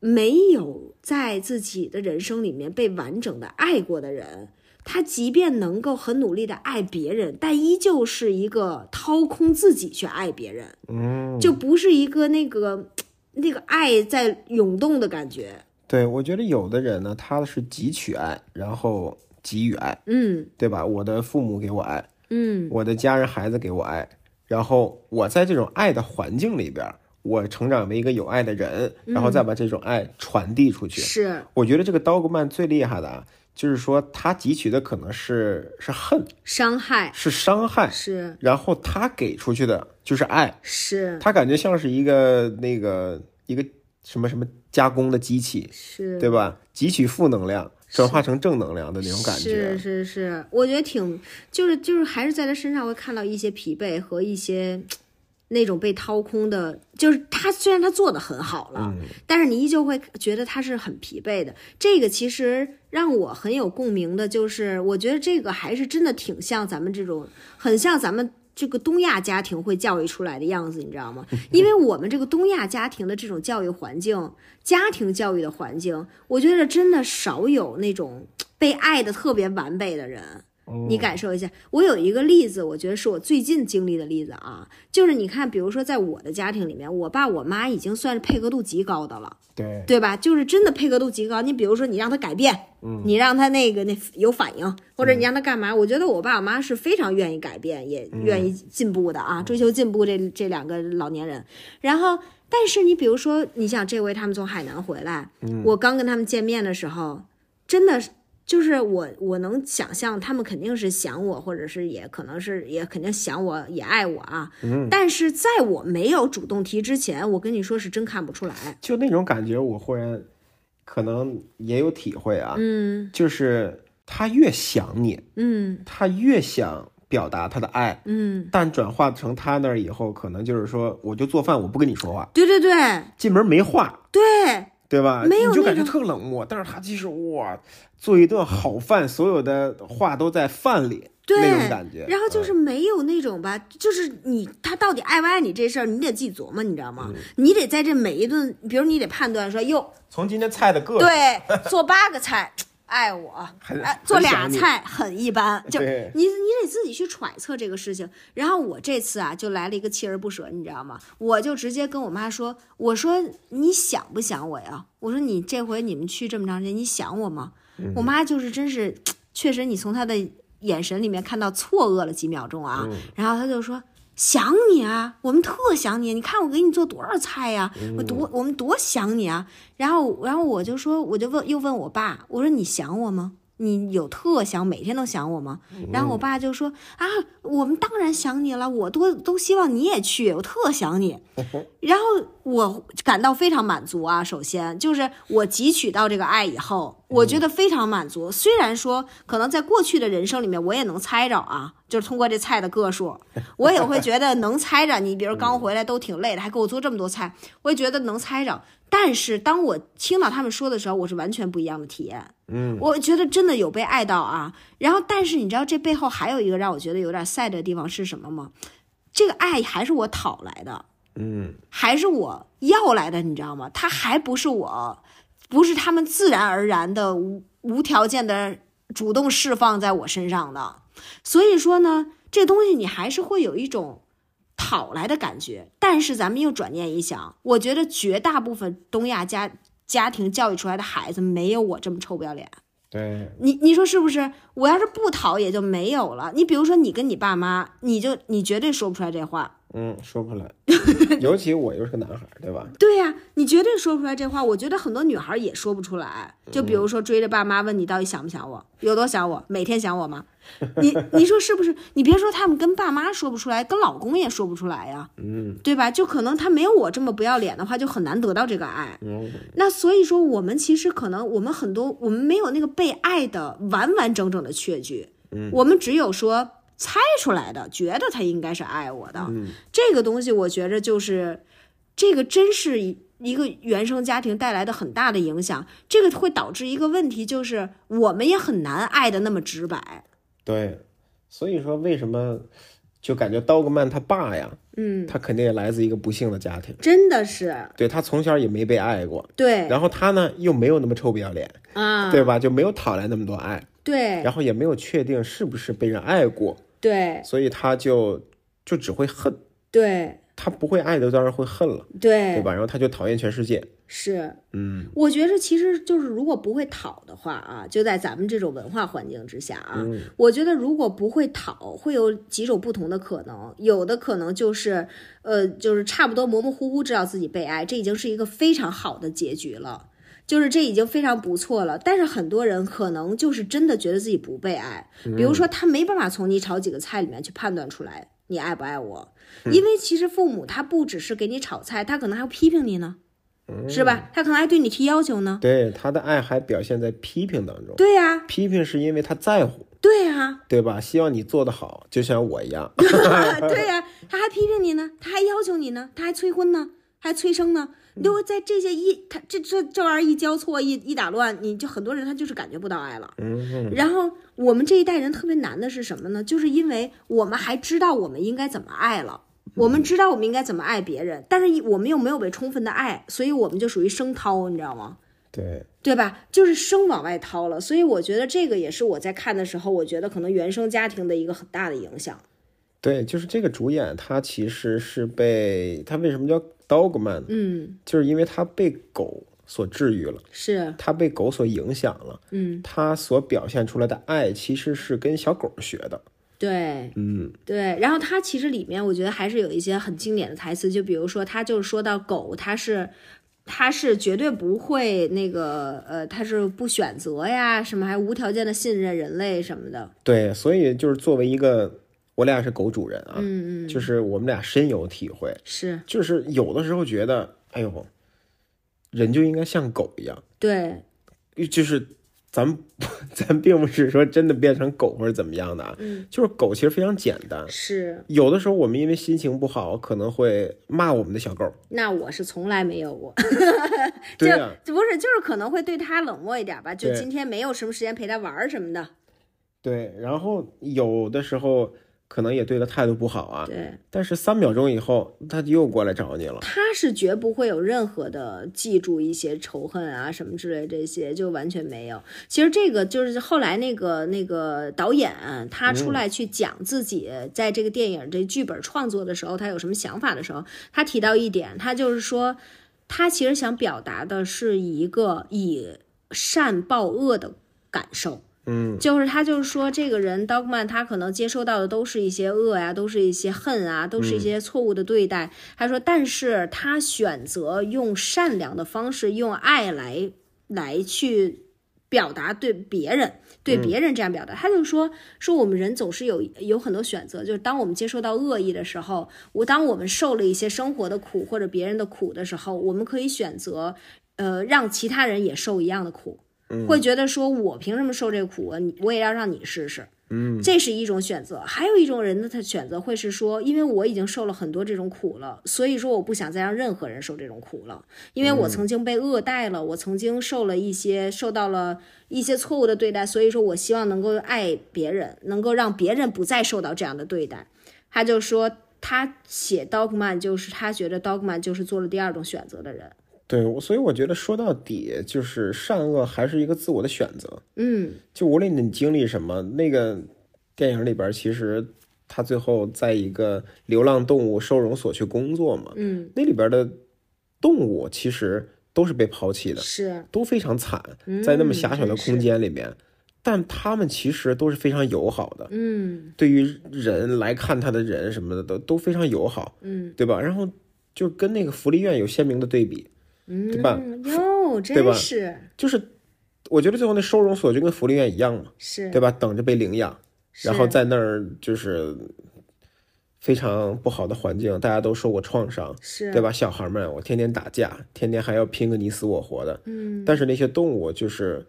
没有在自己的人生里面被完整的爱过的人，他即便能够很努力的爱别人，但依旧是一个掏空自己去爱别人，嗯，就不是一个那个那个爱在涌动的感觉。对，我觉得有的人呢，他是汲取爱，然后给予爱，嗯对吧？我的父母给我爱，嗯我的家人、孩子给我爱，然后我在这种爱的环境里边，我成长为一个有爱的人，然后再把这种爱传递出去。是我觉得这个刀格曼最厉害的啊，就是说他汲取的可能是是恨，伤害是伤害，是然后他给出去的就是爱，是他感觉像是一个那个一个什么什么加工的机器，是对吧？汲取负能量，转化成正能量的那种感是觉。是是，我觉得挺，就是就是，还是在他身上会看到一些疲惫和一些那种被掏空的，就是他虽然他做的很好了，嗯但是你依旧会觉得他是很疲惫的。这个其实让我很有共鸣的，就是我觉得这个还是真的挺像咱们这种，很像咱们。这个东亚家庭会教育出来的样子，你知道吗？因为我们这个东亚家庭的这种教育环境，家庭教育的环境，我觉得真的少有那种被爱的特别完备的人。你感受一下，我有一个例子，我觉得是我最近经历的例子啊，就是你看，比如说在我的家庭里面，我爸我妈已经算是配合度极高的了，对，对吧？就是真的配合度极高。你比如说，你让他改变，你让他那个那有反应，或者你让他干嘛？我觉得我爸我妈是非常愿意改变，也愿意进步的啊，追求进步这这两个老年人。然后，但是你比如说，你想这回他们从海南回来，我刚跟他们见面的时候，真的是。就是我，我能想象他们肯定是想我，或者是也可能是也肯定想我，也爱我啊。但是在我没有主动提之前，我跟你说是真看不出来。就那种感觉，我忽然可能也有体会啊，嗯就是他越想你，嗯他越想表达他的爱，嗯，但转化成他那儿以后，可能就是说，我就做饭，我不跟你说话，对对对进门没话，对，对吧？没有你就那感觉种特冷漠。但是他其实哇，做一顿好饭，所有的话都在饭里，对那种感觉。嗯然后就是没有那种吧，就是你他到底爱不爱你这事儿，你得自己琢磨，你知道吗？嗯你得在这每一顿，比如你得判断说，哟，从今天菜的各种， 对，做八个菜。爱我，很哎很做俩想你菜很一般，就对你你得自己去揣测这个事情。然后我这次啊，就来了一个锲而不舍，你知道吗？我就直接跟我妈说，我说你想不想我呀？我说你这回你们去这么长时间，你想我吗？我妈就是真是，确实你从她的眼神里面看到错愕了几秒钟啊，然后她就说。想你啊，我们特想你。你看我给你做多少菜呀、我多我们多想你啊。然后，然后我就说，我就问，又问我爸，我说你想我吗？你有特想每天都想我吗？然后我爸就说啊，我们当然想你了，我多都希望你也去，我特想你。 然后我感到非常满足啊，首先就是我汲取到这个爱以后，我觉得非常满足。虽然说可能在过去的人生里面，我也能猜着啊，就是通过这菜的个数，我也会觉得能猜着。你比如刚回来都挺累的，还给我做这么多菜，我也觉得能猜着。但是当我听到他们说的时候，我是完全不一样的体验。嗯，我觉得真的有被爱到啊。然后，但是你知道这背后还有一个让我觉得有点 sad 的地方是什么吗？这个爱还是我讨来的。嗯，还是我要来的，你知道吗？他还不是我，不是他们自然而然的无无条件的主动释放在我身上的。所以说呢，这东西你还是会有一种讨来的感觉。但是咱们又转念一想，我觉得绝大部分东亚家家庭教育出来的孩子没有我这么臭不要脸。对，你你说是不是？我要是不讨也就没有了。你比如说你跟你爸妈，你就你绝对说不出来这话。嗯，说不出 来。尤其我又是个男孩儿，对吧？对呀、你绝对说不出来这话。我觉得很多女孩也说不出来。就比如说追着爸妈问你到底想不想我，有多想我，每天想我吗？你你说是不是？你别说他们跟爸妈说不出来，跟老公也说不出来呀，嗯，对吧？就可能他没有我这么不要脸的话，就很难得到这个爱。嗯，那所以说，我们其实可能我们很多我们没有那个被爱的完完整整的确据，嗯，我们只有说猜出来的，觉得他应该是爱我的，这个东西我觉着就是这个真是一一个原生家庭带来的很大的影响，这个会导致一个问题，就是我们也很难爱的那么直白，对。所以说，为什么就感觉刀格曼他爸呀，嗯，他肯定也来自一个不幸的家庭，真的是对他从小也没被爱过，对然后他呢又没有那么臭不要脸，啊，对吧？就没有讨来那么多爱，对然后也没有确定是不是被人爱过，对所以他就就只会恨。对他不会爱的，当然会恨了，对对，吧？然后他就讨厌全世界，是，嗯，我觉着其实就是如果不会讨的话啊，就在咱们这种文化环境之下啊，嗯我觉得如果不会讨，会有几种不同的可能。有的可能就是，呃，就是差不多模模糊糊知道自己被爱，这已经是一个非常好的结局了。就是这已经非常不错了，但是很多人可能就是真的觉得自己不被爱，比如说他没办法从你炒几个菜里面去判断出来你爱不爱我，因为其实父母他不只是给你炒菜，他可能还会批评你呢，是吧？他可能还对你提要求呢。对，他的爱还表现在批评当中，对呀、批评是因为他在乎，对呀、对吧？希望你做得好，就像我一 样，啊对呀、他还批评你呢，他还要求你呢，他还催婚呢，还催生呢。你就会在这些一，他这这这玩意儿一交错一一打乱，你就很多人他就是感觉不到爱了。嗯，然后我们这一代人特别难的是什么呢？就是因为我们还知道我们应该怎么爱了，我们知道我们应该怎么爱别人，但是我们又没有被充分的爱，所以我们就属于生掏，你知道吗？对，对吧？就是生往外掏了，所以我觉得这个也是我在看的时候，我觉得可能原生家庭的一个很大的影响。对，就是这个主演，他其实是被他为什么叫 Dogman，嗯，就是因为他被狗所治愈了，是，他被狗所影响了，嗯，他所表现出来的爱其实是跟小狗学的，对嗯，对。然后它其实里面我觉得还是有一些很经典的台词，就比如说他就是说到狗，它是。它是绝对不会那个，呃，它是不选择呀，什么还无条件的信任人类什么的，对，所以就是作为一个我俩是狗主人啊，嗯嗯，就是我们俩深有体会，是就是有的时候觉得，哎呦，人就应该像狗一样，对，就是咱们咱并不 是说真的变成狗或者怎么样的啊，嗯就是狗其实非常简单。是。有的时候我们因为心情不好，可能会骂我们的小狗，那我是从来没有过，对 就呀、不是就是可能会对它冷漠一点吧，就对今天没有什么时间陪它玩儿什么的，对。然后有的时候可能也对它态度不好啊，对。但是三秒钟以后，它就又过来找你了。他是绝不会有任何的记住一些仇恨啊什么之类这些，就完全没有。其实这个就是后来那个那个导演他出嗯来去讲自己在这个电影这剧本创作的时候，他有什么想法的时候，他提到一点，他就是说，他其实想表达的是一个以善报恶的感受。嗯，就是他就是说，这个人 Dogman 他可能接收到的都是一些恶呀、都是一些恨啊，都是一嗯些错误的对待。他说，但是他选择用善良的方式，用爱来来去表达对别人。对别人这样表达，他就说说我们人总是有有很多选择，就是当我们接受到恶意的时候，我当我们受了一些生活的苦或者别人的苦的时候，我们可以选择，呃，让其他人也受一样的苦，会觉得说我凭什么受这苦啊？你我也要让你试试。嗯，这是一种选择，还有一种人的他选择会是说，因为我已经受了很多这种苦了，所以说我不想再让任何人受这种苦了，因为嗯我曾经被恶待了，我曾经受了一些受到了一些错误的对待，所以说我希望能够爱别人，能够让别人不再受到这样的对待。他就说，他写 Dogman 就是他觉得 Dogman 就是做了第二种选择的人。对，我所以我觉得说到底就是善恶还是一个自我的选择，嗯，就无论你经历什么，那个电影里边其实他最后在一个流浪动物收容所去工作嘛，嗯，那里边的动物其实都是被抛弃的，是，都非常惨，嗯在那么狭小的真空是间里面，但他们其实都是非常友好的，嗯对于人来看他的人什么的都都非常友好，嗯对吧？然后就跟那个福利院有鲜明的对比，嗯，对吧哟，吧真是就是我觉得最后那收容所就跟福利院一样嘛，是，对吧？等着被领养，然后是在那儿就是非常不好的环境，大家都受过创伤，是，对吧？小孩们，我天天打架，天天还要拼个你死我活的。嗯，但是那些动物就是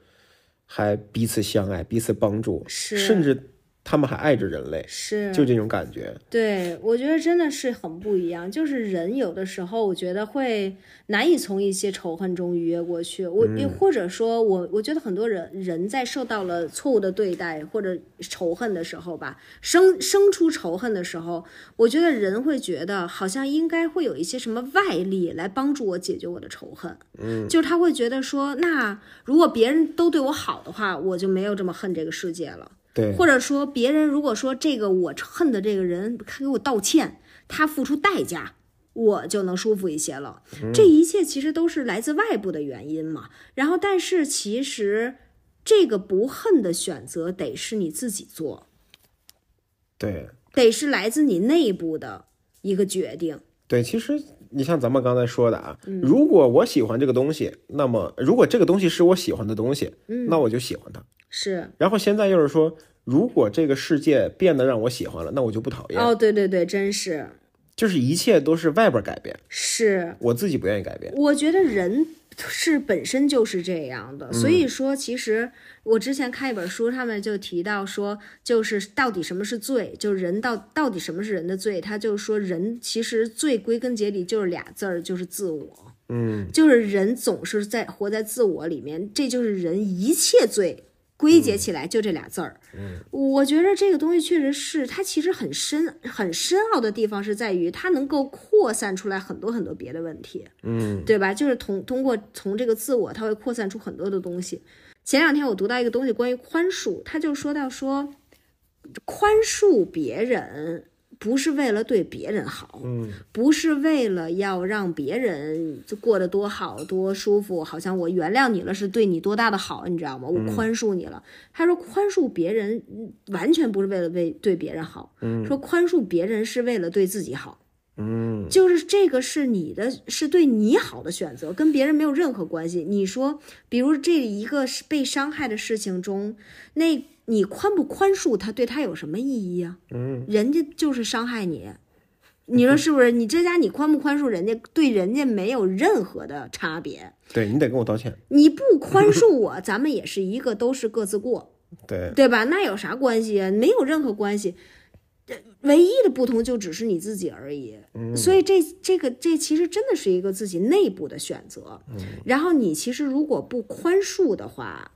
还彼此相爱，彼此帮助，是甚至他们还爱着人类，是，就这种感觉。对，我觉得真的是很不一样。就是人有的时候，我觉得会难以从一些仇恨中逾越过去。我、或者说我，我觉得很多人人在受到了错误的对待或者仇恨的时候吧，生生出仇恨的时候，我觉得人会觉得好像应该会有一些什么外力来帮助我解决我的仇恨。嗯，就是他会觉得说，那如果别人都对我好的话，我就没有这么恨这个世界了。对，或者说别人如果说这个我恨的这个人，他给我道歉，他付出代价，我就能舒服一些了。这一切其实都是来自外部的原因嘛。然后，但是其实这个不恨的选择得是你自己做，对得是来自你内部的一个决定。对，其实你像咱们刚才说的啊，嗯如果我喜欢这个东西，那么如果这个东西是我喜欢的东西，嗯那我就喜欢它。是，然后现在又是说，如果这个世界变得让我喜欢了，那我就不讨厌。哦，对对对，真是就是一切都是外边改变，是。我自己不愿意改变。我觉得人是本身就是这样的，所以说，其实我之前看一本书，他们就提到说，就是到底什么是罪，就是人到到底什么是人的罪，他就说人其实罪归根结底就是俩字儿，就是自我。嗯，就是人总是在活在自我里面，这就是人一切罪。归结起来就这俩字儿，嗯，我觉得这个东西确实是它其实很深很深奥的地方是在于它能够扩散出来很多很多别的问题，嗯对吧？就是通通过从这个自我，它会扩散出很多的东西。前两天我读到一个东西关于宽恕，他就说到说，宽恕别人不是为了对别人好，嗯，不是为了要让别人就过得多好多舒服，好像我原谅你了是对你多大的好，你知道吗？我宽恕你了。他说宽恕别人嗯完全不是为了为对别人好，嗯，说宽恕别人是为了对自己好。嗯，就是这个是你的，是对你好的选择，跟别人没有任何关系。你说，比如这一个是被伤害的事情中，那你宽不宽恕他，对他有什么意义啊？嗯，人家就是伤害你，你说是不是？你这家你宽不宽恕人家，对人家没有任何的差别。对你得跟我道歉。你不宽恕我，咱们也是一个，都是各自过。对对吧？那有啥关系啊？没有任何关系，呃唯一的不同就只是你自己而已。嗯所以这这个这其实真的是一个自己内部的选择。嗯然后你其实如果不宽恕的话，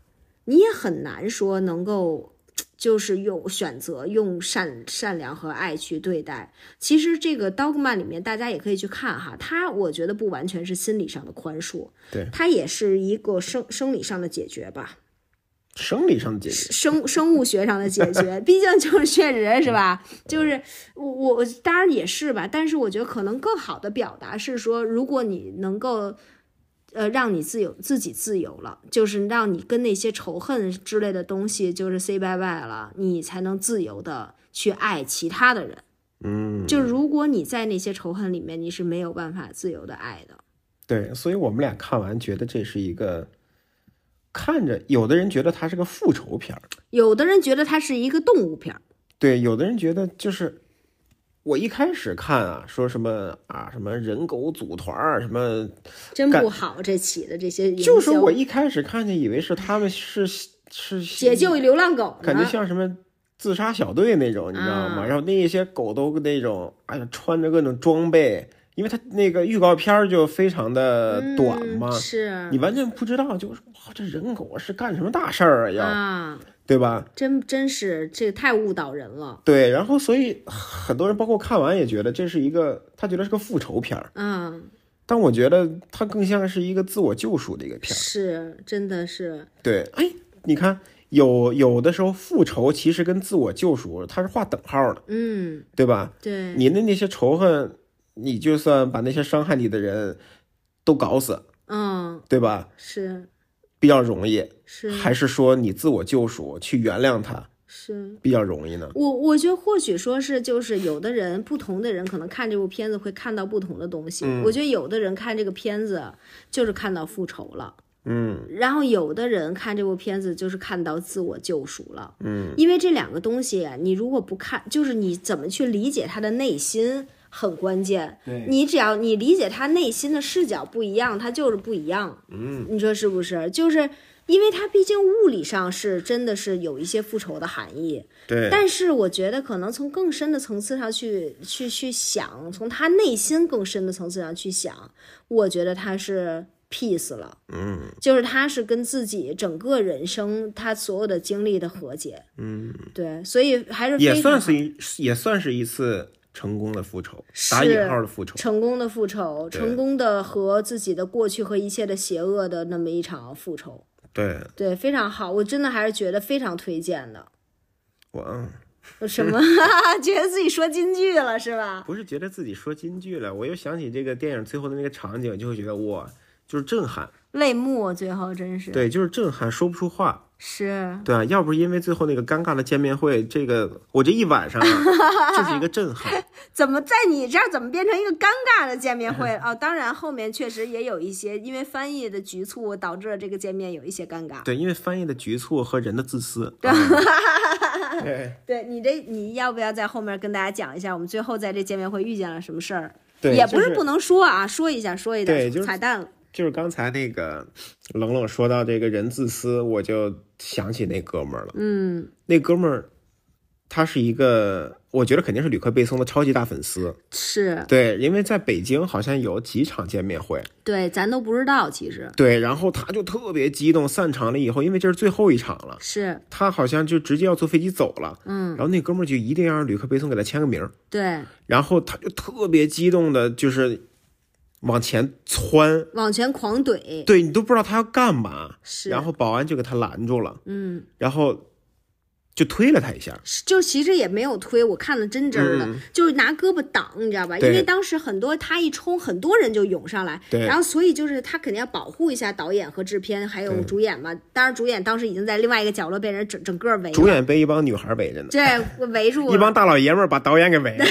你也很难说能够。就是用选择用善善良和爱去对待。其实这个《Dogma》里面，大家也可以去看哈，它我觉得不完全是心理上的宽恕，对它也是一个生生理上的解决吧。生理上的解决，生生物学上的解决， 毕竟就是确实是吧？嗯就是我我当然也是吧，但是我觉得可能更好的表达是说，如果你能够。呃，让你自由自己自由了，就是让你跟那些仇恨之类的东西就是 say bye bye 了，你才能自由的去爱其他的人。嗯，就如果你在那些仇恨里面，你是没有办法自由的爱的。对，所以我们俩看完觉得这是一个，看着有的人觉得它是个复仇片儿，有的人觉得它是一个动物片儿，对，有的人觉得就是我一开始看啊，说什么啊什么人狗组团儿啊什么，真干不好这起的这些营销，就是我一开始看见以为是他们是是解救流浪狗呢，感觉像什么自杀小队那种，你知道吗？啊然后那些狗都那种，哎呀，穿着各种装备，因为它那个预告片儿就非常的短嘛，嗯、是你完全不知道，就是哇，这人狗是干什么大事儿啊？要、啊，对吧？真真是这个太误导人了。对，然后所以很多人包括看完也觉得这是一个，他觉得是个复仇片儿，嗯，但我觉得它更像是一个自我救赎的一个片儿。是，真的是，对，哎，你看。有有的时候，复仇其实跟自我救赎它是划等号的，嗯，对吧？对，你的那些仇恨，你就算把那些伤害你的人都搞死，嗯，对吧？是比较容易，是还是说你自我救赎去原谅他是。比较容易呢？我我觉得或许说是就是有的人不同的人可能看这部片子会看到不同的东西。嗯我觉得有的人看这个片子就是看到复仇了，嗯，然后有的人看这部片子就是看到自我救赎了，嗯，因为这两个东西啊，你如果不看，就是你怎么去理解他的内心很关键。对你只要你理解他内心的视角不一样，他就是不一样。嗯，你说是不是？就是因为他毕竟物理上是真的是有一些复仇的含义，对，但是我觉得可能从更深的层次上去去去想，从他内心更深的层次上去想，我觉得他是 peace 了。嗯就是他是跟自己整个人生他所有的经历的和解，嗯，对，所以还是也非算常是一也算是一次成功的复仇，是打引号的复仇。成功的复仇，成功的和自己的过去和一切的邪恶的那么一场复仇，对 对，非常好，我真的还是觉得非常推荐的。我，嗯什么？ 觉得自己说京剧了是吧？不是觉得自己说京剧了，我又想起这个电影最后的那个场景，就会觉得哇，就是震撼，泪目，最后真是对，就是震撼，说不出话，是对啊，要不是因为最后那个尴尬的见面会，这个我这一晚上啊，就是一个震撼， 怎么在你这儿怎么变成一个尴尬的见面会 了？哦，当然后面确实也有一些因为翻译的局促导致了这个见面有一些尴尬。对，因为翻译的局促和人的 自私，嗯 对对你这你要不要在后面跟大家讲一下，我们最后在这见面会遇见了什么事儿？对，也不就是不能说啊，说一下说一对就点是彩蛋了。就是刚才那个冷冷说到这个人自私，我就想起那哥们儿了。嗯，那哥们儿他是一个，我觉得肯定是吕克贝松的超级大粉丝。是对，因为在北京好像有几场见面会，对，咱都不知道其实对，然后他就特别激动。散场了以后，因为这是最后一场了，是他好像就直接要坐飞机走了。嗯然后那哥们儿就一定要让吕克贝松给他签个名儿，对，然后他就特别激动的，就是往前窜。往前狂怼对你都不知道他要干嘛，是，然后保安就给他拦住了。嗯。然后就推了他一下。是就其实也没有推，我看的真真儿的，嗯就是拿胳膊挡，你知道吧？因对为当时很多他一冲，很多人就涌上来，对然后所以就是他肯定要保护一下导演和制片还有对主演嘛。当然，主演当时已经在另外一个角落被人整整个围主了，演被一帮女孩围着呢，这围住一了，帮大老爷们儿把导演 给围了，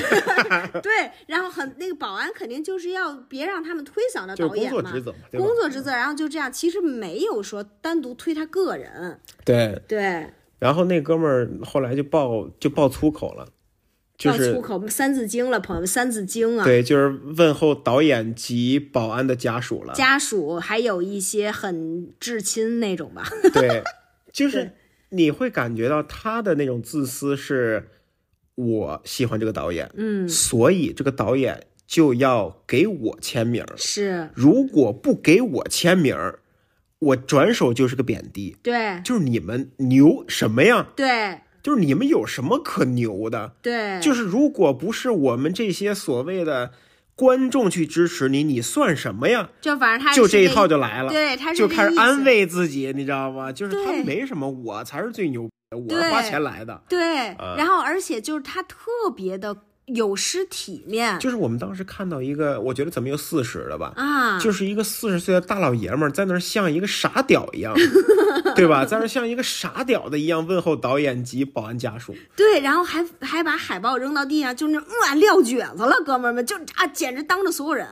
对，然后很那个保安肯定就是要别让他们推搿到就是导工演作嘛。职责嘛，对吧工？作职责，然后就这样，其实没有说单独推他个人，对。对，然后那哥们儿后来就爆就爆粗口了，就爆是粗口《三字经》了，朋友们，《三字经》啊，对，就是问候导演及保安的家属了，家属还有一些很至亲那种吧， 对，就是对你会感觉到他的那种自私是，我喜欢这个导演，嗯，所以这个导演就要给我签名儿，是如果不给我签名儿，我转手就是个贬低。对就是你们牛什么呀？对就是你们有什么可牛的？对，就是如果不是我们这些所谓的观众去支持你，你算什么呀？就反正他就是这一套意就来了，对，他是就这开意始思安，慰自己，你知道吗？就是他对没什么，我才是最牛逼的，我对是花钱来的。对，啊然后而且就是他特别的有失体面就是我们当时看到一个，我觉得怎么有四十的吧，啊，就是一个四十岁的大老爷们儿在那儿像一个傻屌一样，对吧？在那儿像一个傻屌的一样问候导演及保安家属。对，然后还还把海报扔到地上，就那种哇撂蹶子了，哥们儿们就啊，简直当着所有 人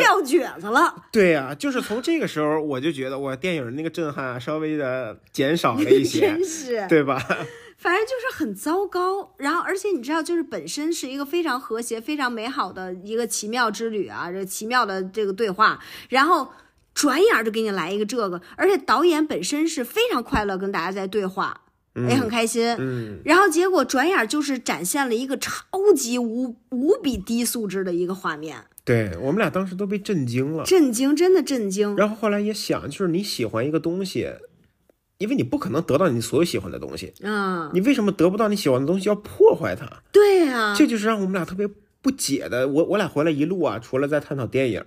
撂蹶子了，对呀、就是从这个时候我就觉得我电影那个震撼啊，稍微的减少了一些真，是。对吧？ 反正就是很糟糕。然后，而且你知道，就是本身是一个非常和谐、非常美好的一个奇妙之旅啊，这奇妙的这个对话，然后。转眼儿就给你来一个这个，而且导演本身是非常快乐跟大家在对话，也很开心。嗯，然后结果转眼儿就是展现了一个超级无无比低素质的一个画面，对我们俩当时都被震惊了，震惊，真的震惊。然后后来也想，就是你喜欢一个东西，因为你不可能得到你所有喜欢的东西，嗯，你为什么得不到你喜欢的东西要破坏它？对啊，这就是让我们俩特别不解的。我我俩回来一路啊，除了在探讨电影，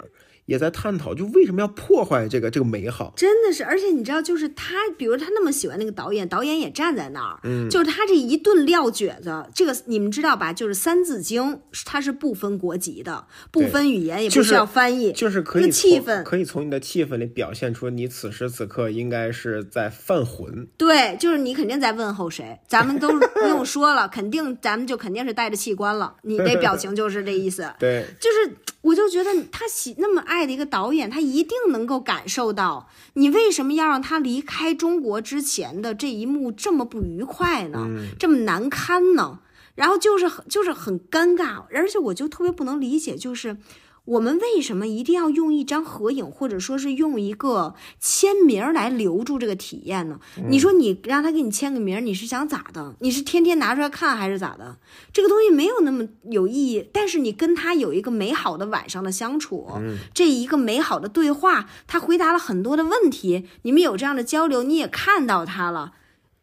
也在探讨就为什么要破坏这个这个美好。真的是，而且你知道，就是他，比如他那么喜欢那个导演，导演也站在那儿，嗯，就是他这一顿撂蹶子，这个你们知道吧？就是《三字经》，它是不分国籍的，不对分语言，也就不是需要翻译，就是可那以个气从氛可以从你的气氛里表现出你此时此刻应该是在犯浑。。对，就是你肯定在问候谁，咱们都 不用说了，肯定咱们就肯定是带着器官了，你这表情就是这意思 对，就是，我就觉得他喜那么爱的一个导演，他一定能够感受到你为什么要让他离开中国之前的这一幕这么不愉快呢？这么难堪呢？然后就是很就是很尴尬，而且我就特别不能理解，就是我们为什么一定要用一张合影，或者说是用一个签名儿来留住这个体验呢？你说你让他给你签个名儿，你是想咋的？你是天天拿出来看还是咋的？这个东西没有那么有意义，但是你跟他有一个美好的晚上的相处，嗯这一个美好的对话，他回答了很多的问题，你们有这样的交流，你也看到他了。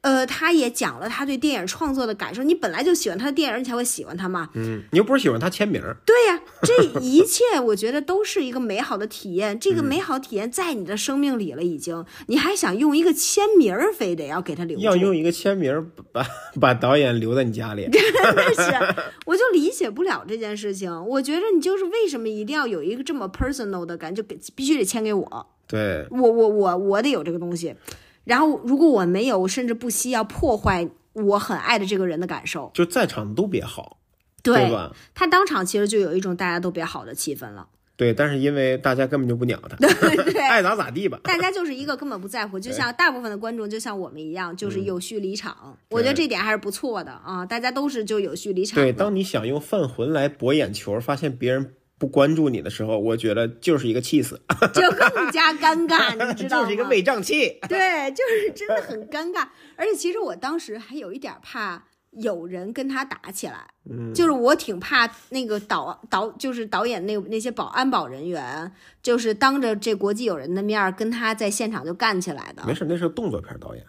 呃，他也讲了他对嗯电影创作的感受。你本来就喜欢他的电影，你才会喜欢他嘛。嗯，你又不是喜欢他签名儿，对呀、这一切我觉得都是一个美好的体验。这嗯个美好体验在你的生命里了，已经，你还想用一个签名儿，非得要给他留住？要用一个签名儿 把把导演留在你家里，但是我就理解不了这件事情。我觉着你就是为什么一定要有一个这么 personal 的感觉，就给必须得签给我，对，我我我我得有这个东西。然后如果我没有，我甚至不惜要破坏我很爱的这个人的感受。就在场都别好，对吧？他当场其实就有一种大家都别好的气氛了。对，但是因为大家根本就不鸟他， 爱咋咋地吧。大家就是一个根本不在乎，就像大部分的观众，就像我们一样，嗯就是有序离场。我觉得这点还是不错的啊，大家都是就有序离场的。对，当你想用犯浑来博眼球，发现别人不关注你的时候，我觉得就是一个气死，就更加尴尬， 你知道吗？就是一个胃胀气。 对，就是真的很尴尬。而且其实我当时还有一点怕有人跟他打起来，嗯，就是我挺怕那个导导就是导演那那些保安保人员，就是当着这国际友人的面儿跟他在现场就干起来的。没事，那是动作片导演，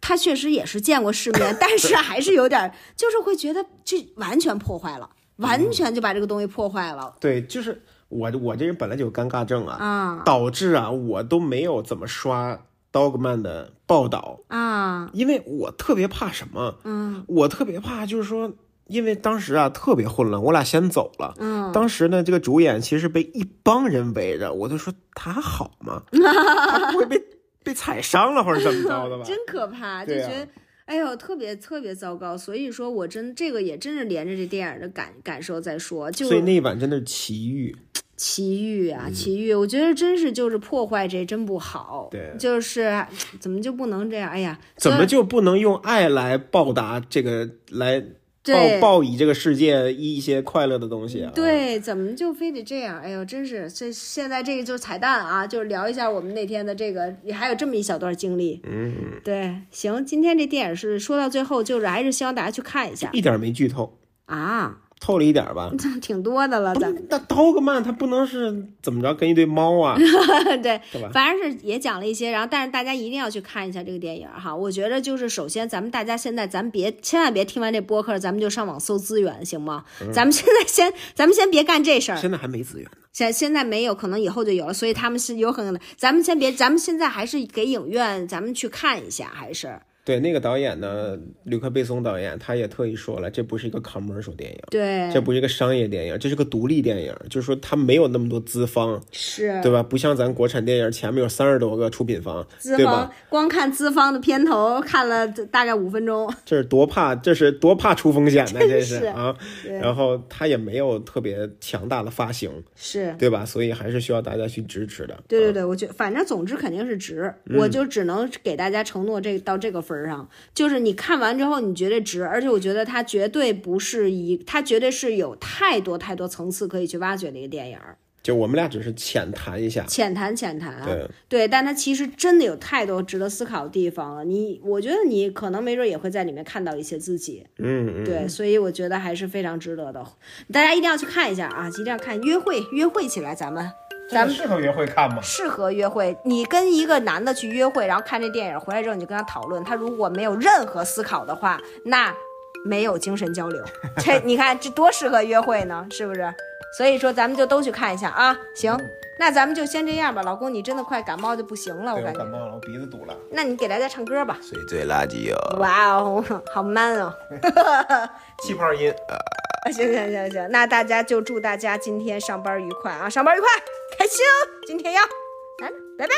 他确实也是见过世 面，但是还是有点儿，就是会觉得这完全破坏了，完全就把这个东西破坏了。对，就是我我这人本来就有尴尬症啊，啊导致啊我都没有怎么刷 Dogman 的报道，啊，因为我特别怕什么？嗯我特别怕就是说，因为当时啊特别混乱，我俩先走了。嗯，当时呢，这个主演其实被一帮人围着，我就说他好 吗？他不会被被踩伤了或者怎么着的吧？真可怕，就对觉啊得。哎呦，特别特别糟糕，所以说我真这个也真是连着这电影的感感受在说，就所以那嗯一晚真的是奇遇，奇遇啊，奇遇！我觉得真是就是破坏这真不好，对就是 怎么就不能这样？哎呀，怎么虽就不能用爱来报答这个来报对报以这个世界一些快乐的东西啊？，对，怎么就非得这样？哎呦，真是这现在这个就是彩蛋啊，就是聊一下我们那天的这个，也还有这么一小段经历。嗯，对，行，今天这电影是说到最后，就是还是希望大家去看一下一点没剧透，啊， 透了一点吧。挺多的了，咱们那 Dogman 他不能是怎么着跟一堆 猫啊？对对吧，反正是也讲了一些，然后但是大家一定要去看一下这个电影哈。我觉得就是首先咱们大家现在咱们别千万别听完这播客，咱们就上网搜资源行吗？嗯咱们现在先咱们先别干这事儿，现在还没资源呢。现现在没有，可能以后就有了，所以他们是有可能的。咱们先别，咱们现在还是给影院，咱们去看一下，还是对，那个导演呢，吕克贝松导演，他也特意说了，这不是一个 commercial 电影。对，这不是一个商业电影，这是个独立电影，就是说它没有那么多资方，是对吧？不像咱国产电影前面有三十多个出品方，资对方吧？光看资方的片头看了大概五分钟，这是多怕，这是多怕出风险的，这是啊。对然后它也没有特别强大的发行，是。对吧？所以还是需要大家去支持的。啊对对对，我觉反正总之肯定是值，我就只能给大家承诺这到这个份儿上，就是你看完之后你觉得值，而且我觉得它绝对不是一，它绝对是有太多太多层次可以去挖掘的一个电影儿，就我们俩只是浅谈一下，浅谈浅谈啊。对，对，但它其实真的有太多值得思考的地方了。你，我觉得你可能没准也会在里面看到一些自己。嗯嗯，对，所以我觉得还是非常值得的，大家一定要去看一下啊！一定要看，约会约会起来，咱们咱们适合约会看吗？适合约会。你跟一个男的去约会，然后看这电影，回来之后你就跟他讨论，他如果没有任何思考的话，那没有精神交 流。这你看这多适合约会呢，是不是？所以说咱们就都去看一下啊！行，嗯那咱们就先这样吧，老公，你真的快感冒就不行了，我对，我感觉感。冒了，我鼻子堵了。那你给大家唱歌吧。谁最垃圾啊？哇哦，好 man 哦！ 啊气泡音，行行行行，那大家就祝大家今天上班愉快啊，上班愉快，开心哦！今天要，来，拜拜。